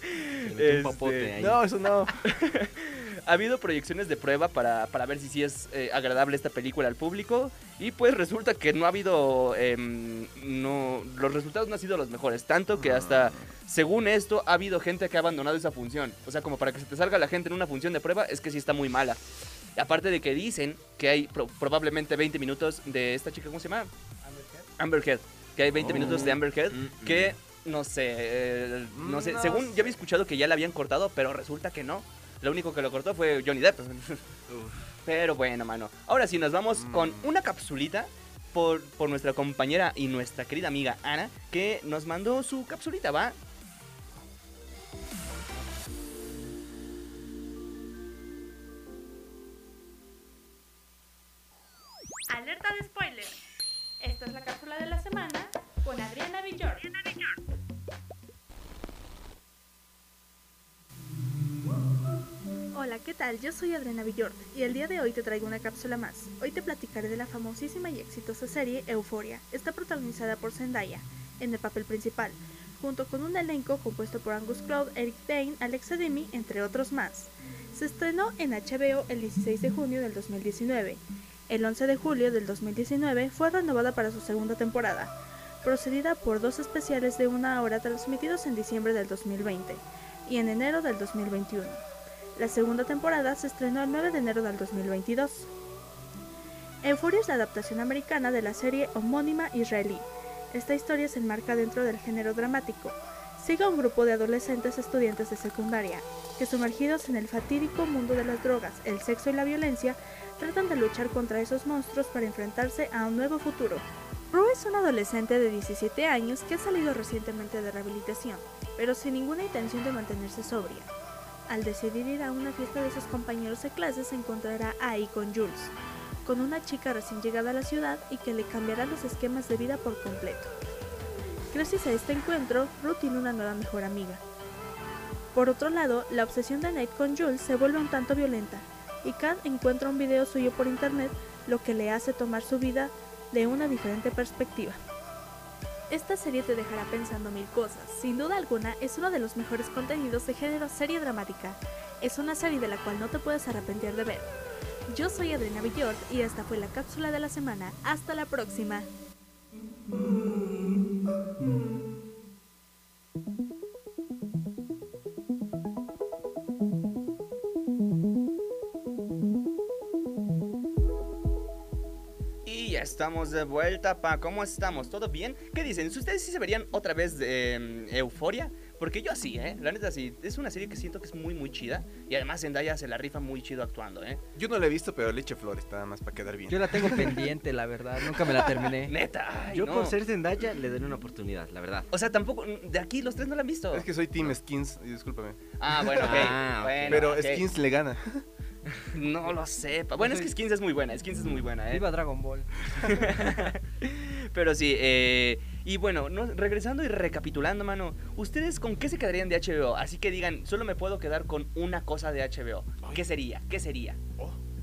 Speaker 5: Se metió
Speaker 2: Este,
Speaker 5: un papote ahí.
Speaker 3: No, eso no.
Speaker 2: [LAUGHS] Ha habido proyecciones de prueba para, para ver si sí es eh, agradable esta película al público. Y pues resulta que no ha habido. em, no, los resultados no han sido los mejores. Tanto que
Speaker 5: Ah.
Speaker 2: hasta, según esto, ha habido gente que ha abandonado esa función. O sea, como para que se te salga la gente en una función de prueba, es que sí está muy mala. Y aparte de que dicen que hay pro- probablemente 20 minutos de esta chica, ¿cómo se llama? Amber Heard. Que hay 20
Speaker 5: Oh.
Speaker 2: minutos de Amber Heard
Speaker 5: Mm,
Speaker 2: que no sé, eh, no sé,
Speaker 3: No
Speaker 2: según
Speaker 3: sé.
Speaker 2: yo había escuchado que ya la habían cortado, pero resulta que no. Lo único que lo cortó fue Johnny Depp. [LAUGHS] pero bueno, mano. Ahora sí, nos vamos con
Speaker 3: Mm.
Speaker 2: una capsulita por, por nuestra compañera y nuestra querida amiga Ana, que nos mandó su capsulita, ¿va?
Speaker 7: Alerta de spoiler. Esta es la cápsula de la semana con Adriana Villor.
Speaker 8: Hola, ¿qué tal? Yo soy Adriana Villort y el día de hoy te traigo una cápsula más. Hoy te platicaré de la famosísima y exitosa serie Euforia. Está protagonizada por Zendaya en el papel principal, junto con un elenco compuesto por Angus Cloud, Eric Dane, Alexa Demi, entre otros más. Se estrenó en HBO el 16 de junio del 2019. El 11 de julio del 2019 fue renovada para su segunda temporada, procedida por dos especiales de una hora transmitidos en diciembre del 2020 y en enero del 2021. La segunda temporada se estrenó el 9 de enero del 2022. Euphoria es la adaptación americana de la serie homónima israelí. Esta historia se enmarca dentro del género dramático. Sigue a un grupo de adolescentes estudiantes de secundaria que sumergidos en el fatídico mundo de las drogas, el sexo y la violencia, tratan de luchar contra esos monstruos para enfrentarse a un nuevo futuro. Rue es un adolescente de 17 años que ha salido recientemente de rehabilitación, pero sin ninguna intención de mantenerse sobria. Al decidir ir a una fiesta de sus compañeros de clase, se encontrará ahí con Jules, con una chica recién llegada a la ciudad y que le cambiará los esquemas de vida por completo. Gracias a este encuentro, Rue tiene una nueva mejor amiga. Por otro lado, la obsesión de Nate con Jules se vuelve un tanto violenta, y Kat encuentra un video suyo por internet, lo que le hace tomar su vida de una diferente perspectiva. Esta serie te dejará pensando mil cosas. Sin duda alguna, es uno de los mejores contenidos de género serie dramática. Es una serie de la cual no te puedes arrepentir de ver. Yo soy Adriana Villort y esta fue la cápsula de la semana. Hasta la próxima.
Speaker 2: Y ya estamos de vuelta, pa. ¿Cómo estamos? ¿Todo bien? ¿Qué dicen? ¿Ustedes sí se verían otra vez de mm, Euforia? Porque yo sí, ¿eh? La neta sí. Es una serie que siento que es muy, muy chida. Y además Zendaya se la rifa muy chido actuando, ¿eh?
Speaker 3: Yo no la he visto, pero le eché flores, nada más para quedar bien.
Speaker 4: Yo la tengo pendiente, la verdad. Nunca me la
Speaker 2: [LAUGHS]
Speaker 4: terminé.
Speaker 2: Neta. ay,
Speaker 5: Eh, Yo
Speaker 2: no.
Speaker 5: por ser Zendaya le daré una oportunidad, la verdad.
Speaker 2: O sea, tampoco. De aquí los tres no la han visto.
Speaker 3: Es que soy Team Skins, y discúlpame.
Speaker 2: Ah, bueno, ok.
Speaker 5: Ah, ok.
Speaker 2: Bueno,
Speaker 3: Pero
Speaker 2: ok.
Speaker 3: Skins le gana.
Speaker 2: No lo sepa. Bueno, es que Skins es muy buena. Skins es muy buena, ¿eh?
Speaker 4: Viva Dragon Ball.
Speaker 2: Pero sí, eh, y bueno, no- regresando y recapitulando, mano, ¿ustedes con qué se quedarían de HBO? Así que digan, solo me puedo quedar con una cosa de HBO. ¿Qué sería? ¿Qué sería?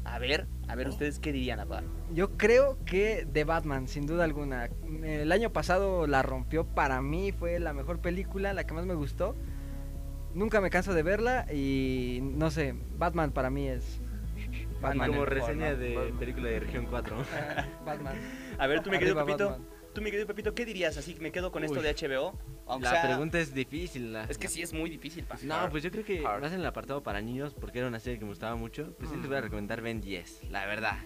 Speaker 2: A ver, a ver, ¿ustedes qué dirían, apa?
Speaker 4: Yo creo que The Batman, sin duda alguna. El año pasado la rompió para mí, fue la mejor película, la que más me gustó. Nunca me canso de verla y no sé, Batman para mí es Batman.
Speaker 5: Como
Speaker 4: el mejor,
Speaker 5: reseña
Speaker 4: ¿no?
Speaker 5: de película de Región [LAUGHS] 4.
Speaker 4: Ah, Batman.
Speaker 2: A ver, tú, mi querido
Speaker 4: Arriba,
Speaker 2: Pepito,
Speaker 4: Batman.
Speaker 2: tú, mi querido Pepito, ¿qué dirías? Así que me quedo con esto
Speaker 5: Uy.
Speaker 2: de HBO. O
Speaker 5: La
Speaker 2: sea,
Speaker 5: pregunta es difícil. la-
Speaker 2: Es que sí es muy difícil, pa.
Speaker 5: No, pues yo creo que
Speaker 2: Hard.
Speaker 5: más en el apartado para niños, porque era una serie que me gustaba mucho, pues sí les voy a recomendar Ben 10, la verdad.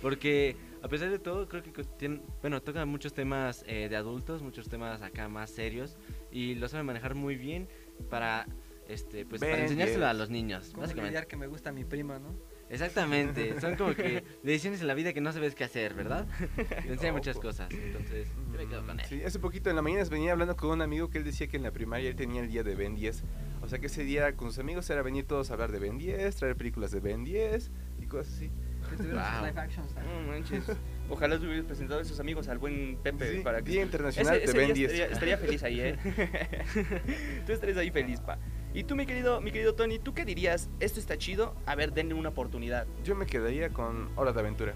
Speaker 5: Porque a pesar de todo, creo que co- tiene, bueno, toca muchos temas eh, de adultos, muchos temas acá más serios, y lo sabe manejar muy bien para, este, pues, para
Speaker 3: Ben
Speaker 5: enseñárselo
Speaker 3: 10.
Speaker 5: a los niños,
Speaker 4: ¿Cómo
Speaker 5: básicamente.
Speaker 4: olvidar que me gusta mi prima, no?
Speaker 5: Exactamente, son como que decisiones en la vida que no sabes qué
Speaker 2: [LAUGHS]
Speaker 5: hacer, ¿verdad? Te enseña muchas cosas, entonces yo me quedo con él.
Speaker 3: Sí, hace poquito en la mañana venía hablando con un amigo que él decía que en la primaria él tenía el día de Ben 10. O sea que ese día con sus amigos era venir todos a hablar de Ben 10, traer películas de Ben 10 y cosas así.
Speaker 4: Si tuviéramos
Speaker 5: Wow.
Speaker 4: live actions también.
Speaker 2: No manches. Ojalá hubieras presentado a sus amigos al buen Pepe
Speaker 3: Sí,
Speaker 2: para que
Speaker 3: Día Internacional
Speaker 2: Ese- ese
Speaker 3: de Ben
Speaker 2: día
Speaker 3: 10.
Speaker 2: Estaría, estaría feliz ahí,
Speaker 3: [LAUGHS]
Speaker 2: ¿eh? tú estarías ahí feliz, pa. Y tú, mi querido, mi querido Tony, ¿tú qué dirías? Esto está chido. A ver, denle una oportunidad.
Speaker 3: Yo me quedaría con Hora de Aventura.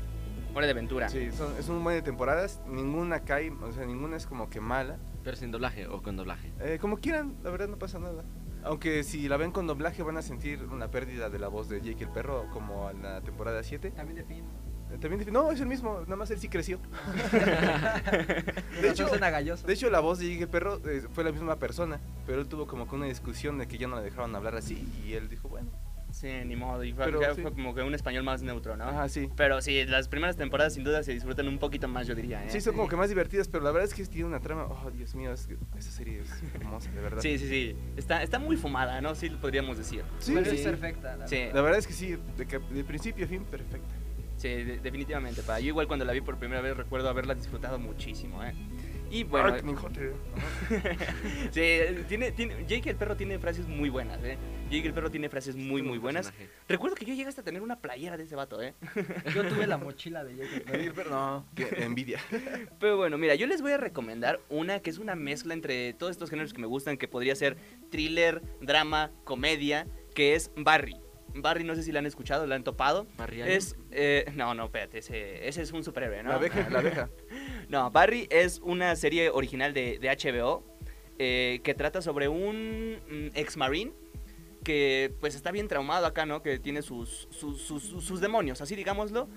Speaker 2: Hora de aventura.
Speaker 3: Sí, son- es un buen de temporadas. Ninguna cae, o sea, ninguna es como que mala.
Speaker 5: Pero sin doblaje o con doblaje.
Speaker 3: Eh, como quieran, la verdad no pasa nada. Aunque si la ven con doblaje van a sentir una pérdida de la voz de Jake el perro como en la temporada 7.
Speaker 4: También de Finn.
Speaker 3: Eh, También dif- no, es el mismo, nada más él sí creció.
Speaker 4: De
Speaker 3: hecho-
Speaker 4: hecho, suena galloso.
Speaker 3: De hecho, la voz de Jake el perro eh, fue la misma persona, pero él tuvo como que una discusión de que ya no le dejaron hablar así y él dijo, bueno,
Speaker 2: Sí, ni modo. Y fue,
Speaker 3: Pero
Speaker 2: ya
Speaker 3: sí.
Speaker 2: fue como que un español más neutro, ¿no?
Speaker 3: ajá, sí.
Speaker 2: Pero sí, las primeras temporadas sin duda se disfrutan un poquito más, yo diría, ¿eh?
Speaker 3: Sí, son como que más divertidas, pero la verdad es que tiene una trama, oh Dios mío, es que esa serie es hermosa, de verdad.
Speaker 2: Sí, sí, sí. Está, está muy fumada, ¿no? Sí, lo podríamos decir.
Speaker 3: Sí,
Speaker 4: Pero es
Speaker 3: sí.
Speaker 4: perfecta. la
Speaker 2: Sí,
Speaker 3: La verdad es que sí, de, cap- de principio a fin, perfecta.
Speaker 2: sí, de- definitivamente, pa. Yo igual cuando la vi por primera vez recuerdo haberla disfrutado muchísimo, ¿eh? Y bueno,
Speaker 3: Arkham Hotel.
Speaker 2: sí, tiene, tiene, Jake el perro tiene frases muy buenas, ¿eh? Jake el perro tiene frases muy, muy buenas. Recuerdo que yo llegué hasta tener una playera de ese vato, ¿eh?
Speaker 4: verdad. Yo tuve la mochila de Jake el Perro.
Speaker 3: Jake el perro, no, qué envidia.
Speaker 2: Pero bueno, mira, yo les voy a recomendar una que es una mezcla entre todos estos géneros que me gustan, que podría ser thriller, drama, comedia, que es Barry. Barry, no sé si la han escuchado, la han topado.
Speaker 5: Barriano.
Speaker 2: Es, eh, no, no, espérate, ese, ese es un superhéroe, [LAUGHS] ¿no?
Speaker 3: La abeja, la abeja.
Speaker 2: No, Barry es una serie original de, de HBO eh, que trata sobre un ex marine que pues está bien traumado acá, ¿no? Que tiene sus, sus, sus- sus- sus demonios, así digámoslo,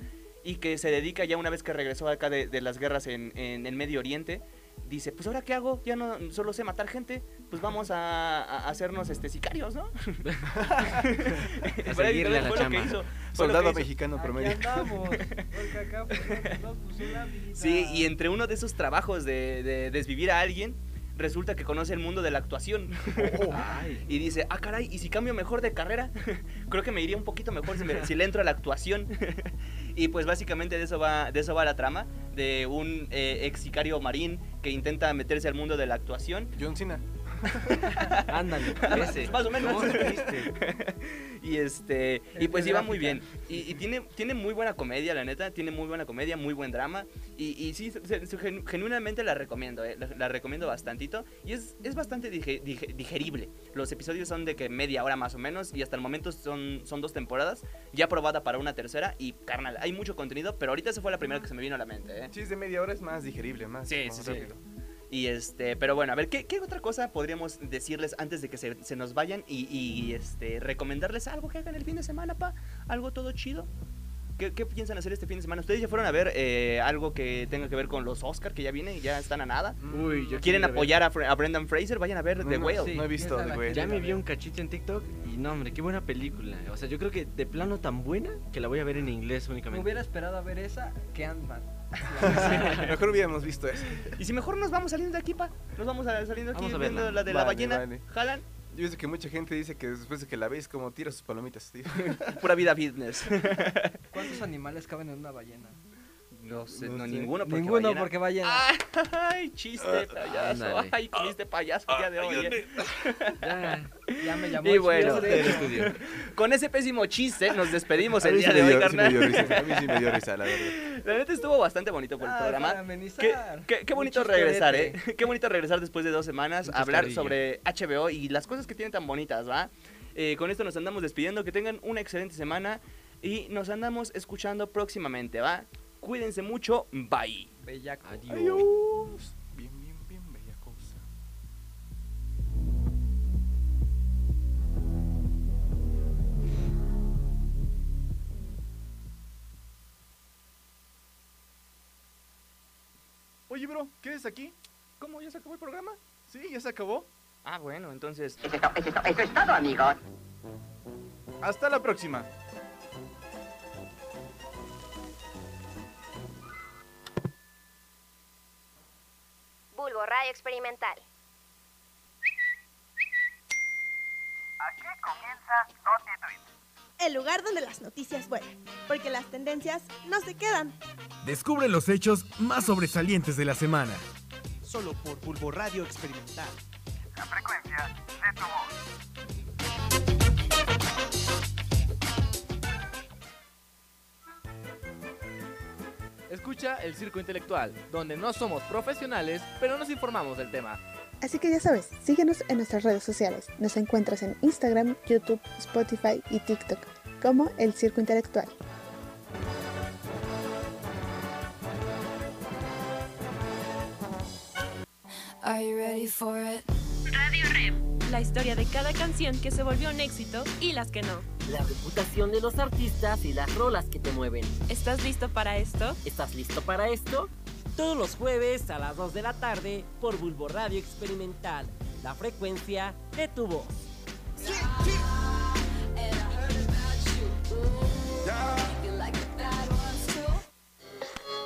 Speaker 2: y que se dedica ya una vez que regresó acá de, de las guerras en, en el Medio Oriente, dice, pues ahora qué hago, ya no solo sé matar gente, pues vamos a, a hacernos este sicarios,
Speaker 5: [LAUGHS]
Speaker 2: ¿no? [LAUGHS] Por ahí,
Speaker 5: seguirle a la
Speaker 2: fue lo que
Speaker 5: chama.
Speaker 2: hizo- fue lo
Speaker 3: Soldado
Speaker 2: que hizo.
Speaker 3: mexicano
Speaker 4: Aquí
Speaker 3: promedio.
Speaker 4: andamos, porque acá
Speaker 3: [LAUGHS]
Speaker 4: pues, nos puso la vida.
Speaker 2: Sí, y entre uno de esos trabajos de, de desvivir a alguien, resulta que conoce el mundo de la actuación.
Speaker 5: Ay,
Speaker 2: [LAUGHS] Y dice, ah, caray, ¿y si cambio mejor de carrera? [LAUGHS] Creo que me iría un poquito mejor si, me- si le entro a la actuación. [LAUGHS] y pues básicamente de eso va, de eso va la trama, de un eh, ex sicario marín que intenta meterse al mundo de la actuación.
Speaker 3: John Cena.
Speaker 2: [LAUGHS]
Speaker 5: ándale, ese.
Speaker 2: Más o menos.
Speaker 5: ¿Cómo te
Speaker 2: [LAUGHS]
Speaker 5: viste?
Speaker 2: Y este y
Speaker 4: Es
Speaker 2: pues iba muy bien.
Speaker 4: biográfica.
Speaker 2: Y, y tiene, tiene muy buena comedia, la neta. Tiene muy buena comedia, muy buen drama. Y, y sí, se- se- genu- genuinamente la recomiendo. eh, La, la recomiendo bastantito. Y es, es bastante dige- dige- digerible. Los episodios son de que media hora más o menos. Y hasta el momento son, son dos temporadas. Ya aprobada para una tercera. Y carnal, hay mucho contenido. Pero ahorita esa fue la primera que se me vino a la mente. eh.
Speaker 3: Sí, es de media hora, es más digerible, más.
Speaker 2: Sí,
Speaker 3: más
Speaker 2: sí, sí.
Speaker 3: rápido.
Speaker 2: Y este, pero bueno, a ver, ¿qué, qué otra cosa podríamos decirles antes de que se, se nos vayan y, y, este, recomendarles algo que hagan el fin de semana, pa? Algo todo chido. ¿Qué, qué piensan hacer este fin de semana? ¿Ustedes ya fueron a ver eh, algo que tenga que ver con los Oscar que ya viene y ya están a nada?
Speaker 5: Uy, yo
Speaker 2: ¿Quieren
Speaker 5: quiero ir a ver.
Speaker 2: apoyar a, Fre- a Brendan Fraser? Vayan a ver
Speaker 3: Mm. No,
Speaker 2: The
Speaker 3: no,
Speaker 2: Whale.
Speaker 3: sí. No he visto
Speaker 4: esa
Speaker 3: de
Speaker 4: la
Speaker 3: güey. [LAUGHS]
Speaker 5: Ya
Speaker 4: quiero
Speaker 5: me vi
Speaker 4: ver.
Speaker 5: un cachito en TikTok y no, hombre, qué buena película. O sea, yo creo que de plano tan buena que la voy a ver en inglés
Speaker 4: Me
Speaker 5: únicamente.
Speaker 4: hubiera esperado a ver esa que
Speaker 2: [LAUGHS]
Speaker 4: Ant-Man.
Speaker 3: Mejor hubiéramos visto eso.
Speaker 2: Y si mejor nos vamos saliendo de aquí, pa. Nos vamos a, saliendo aquí
Speaker 5: Vamos a
Speaker 2: viendo
Speaker 5: verla.
Speaker 2: la de la
Speaker 3: Vale,
Speaker 2: ballena.
Speaker 3: vale.
Speaker 2: Jalan.
Speaker 3: Yo pienso que mucha gente dice que después de que la veis, como tira sus
Speaker 2: [LAUGHS]
Speaker 3: palomitas, tío.
Speaker 2: Pura vida fitness.
Speaker 4: ¿Cuántos animales caben en una ballena?
Speaker 2: No sé,
Speaker 3: No
Speaker 2: no,
Speaker 3: sé.
Speaker 2: ninguno porque
Speaker 4: Ninguno
Speaker 2: ballena. Ah.
Speaker 4: porque ballena.
Speaker 2: [LAUGHS] Ay, chiste,
Speaker 4: Ah,
Speaker 2: payaso.
Speaker 5: ándale.
Speaker 2: Ay, comiste payaso el día
Speaker 3: Ah,
Speaker 2: de hoy. eh. [LAUGHS]
Speaker 5: Ya,
Speaker 4: Ya me llamó
Speaker 2: Y
Speaker 4: el ¿eh?
Speaker 2: bueno.
Speaker 4: chino, de
Speaker 5: del
Speaker 4: hecho.
Speaker 5: estudio.
Speaker 2: Con ese pésimo chiste nos despedimos
Speaker 3: A
Speaker 2: el
Speaker 3: mí sí
Speaker 2: día
Speaker 3: me
Speaker 2: de hoy,
Speaker 3: dio- sí me dio
Speaker 2: carnal.
Speaker 3: risa, A mí sí me dio risa, la verdad.
Speaker 2: [LAUGHS] La neta estuvo bastante bonito [LAUGHS] por el
Speaker 4: Ah, para
Speaker 2: programa. Qué,
Speaker 4: amenizar.
Speaker 2: qué- qué
Speaker 4: Un
Speaker 2: bonito
Speaker 4: chiste
Speaker 2: regresar, ¿eh?
Speaker 4: orete.
Speaker 2: Qué bonito regresar después de dos semanas,
Speaker 5: Un
Speaker 2: hablar
Speaker 5: chascarrillo.
Speaker 2: sobre HBO y las cosas que tienen tan bonitas, ¿va? Eh, con esto nos andamos despidiendo. Que tengan una excelente semana. Y nos andamos escuchando próximamente, ¿va? Cuídense mucho, bye.
Speaker 4: Bellaco.
Speaker 5: Adiós.
Speaker 3: Adiós. Bien, bien, bien, bella cosa. Oye, bro, ¿qué es aquí? ¿Cómo? ¿Ya se acabó el programa? Sí, ya se acabó.
Speaker 2: Ah, bueno, entonces...
Speaker 9: Es esto, es esto, eso es todo, amigos.
Speaker 3: Hasta la próxima.
Speaker 7: Bulbo rayo experimental.
Speaker 1: Aquí comienza Note Tweet.
Speaker 10: El lugar donde las noticias vuelan, porque las tendencias no se quedan.
Speaker 11: Descubre los hechos más sobresalientes de la semana.
Speaker 12: Solo por Bulbo Radio Experimental.
Speaker 1: La frecuencia de tu voz.
Speaker 13: Escucha el Circo Intelectual, donde no somos profesionales, pero nos informamos del tema.
Speaker 10: Así que ya sabes, síguenos en nuestras redes sociales. Nos encuentras en Instagram, YouTube, Spotify y TikTok como El Circo Intelectual.
Speaker 14: Are you ready for it?
Speaker 15: Radio Rep. La historia de cada canción que se volvió un éxito y las que no.
Speaker 9: La reputación de los artistas y las rolas que te mueven.
Speaker 15: ¿Estás listo para esto?
Speaker 9: ¿Estás listo para esto? Todos los jueves a las 2 de la tarde por Bulbo Radio Experimental, la frecuencia de tu voz.
Speaker 14: And I heard about you. Ooh, you like the bad ones too.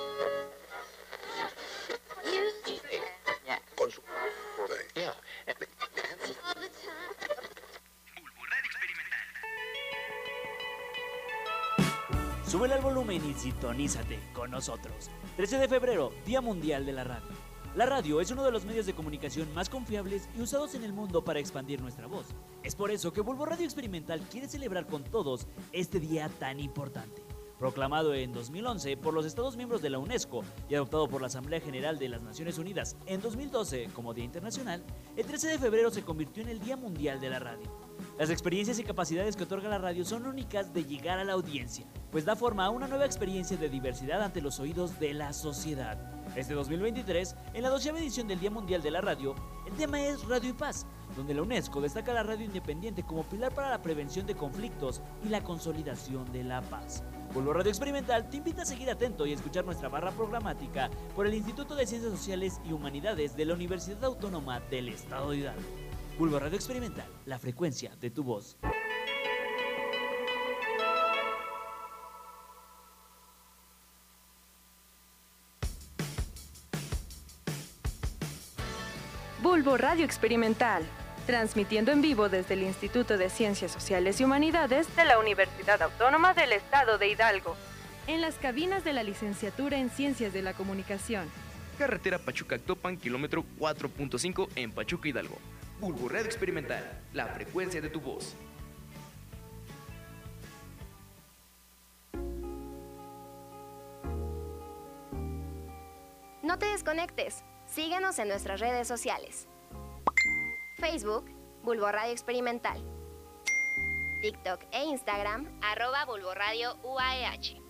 Speaker 16: Súbele al volumen y sintonízate con nosotros. 13 de febrero, Día Mundial de la Radio. La radio es uno de los medios de comunicación más confiables y usados en el mundo para expandir nuestra voz. Es por eso que Bulbo Radio Experimental quiere celebrar con todos este día tan importante. Proclamado en 2011 por los Estados miembros de la UNESCO y adoptado por la Asamblea General de las Naciones Unidas en 2012 como Día Internacional, el 13 de febrero se convirtió en el Día Mundial de la Radio. Las experiencias y capacidades que otorga la radio son únicas de llegar a la audiencia, pues da forma a una nueva experiencia de diversidad ante los oídos de la sociedad. Este 2023, en la 12 edición del Día Mundial de la Radio, el tema es Radio y Paz, donde la UNESCO destaca la radio independiente como pilar para la prevención de conflictos y la consolidación de la paz. Pueblo Radio Experimental te invita a seguir atento y escuchar nuestra barra programática por el Instituto de Ciencias Sociales y Humanidades de la Universidad Autónoma del Estado de Hidalgo. Bulbo Radio Experimental, la frecuencia de tu voz.
Speaker 17: Bulbo Radio Experimental, transmitiendo en vivo desde el Instituto de Ciencias Sociales y Humanidades de la Universidad Autónoma del Estado de Hidalgo, en las cabinas de la Licenciatura en Ciencias de la Comunicación.
Speaker 13: Carretera Pachuca-Actopan, kilómetro 4.5 en Pachuca Hidalgo. Bulbo Radio Experimental, la frecuencia de tu voz.
Speaker 18: No te desconectes. Síguenos en nuestras redes sociales. Facebook, Bulbo Radio Experimental. TikTok e Instagram, arroba Bulbo Radio UAEH.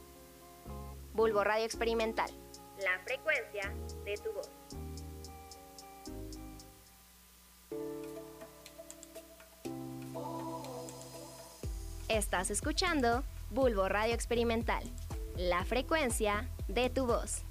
Speaker 18: Bulbo Radio Experimental. La frecuencia de tu voz. Estás escuchando Bulbo Radio Experimental. La frecuencia de tu voz.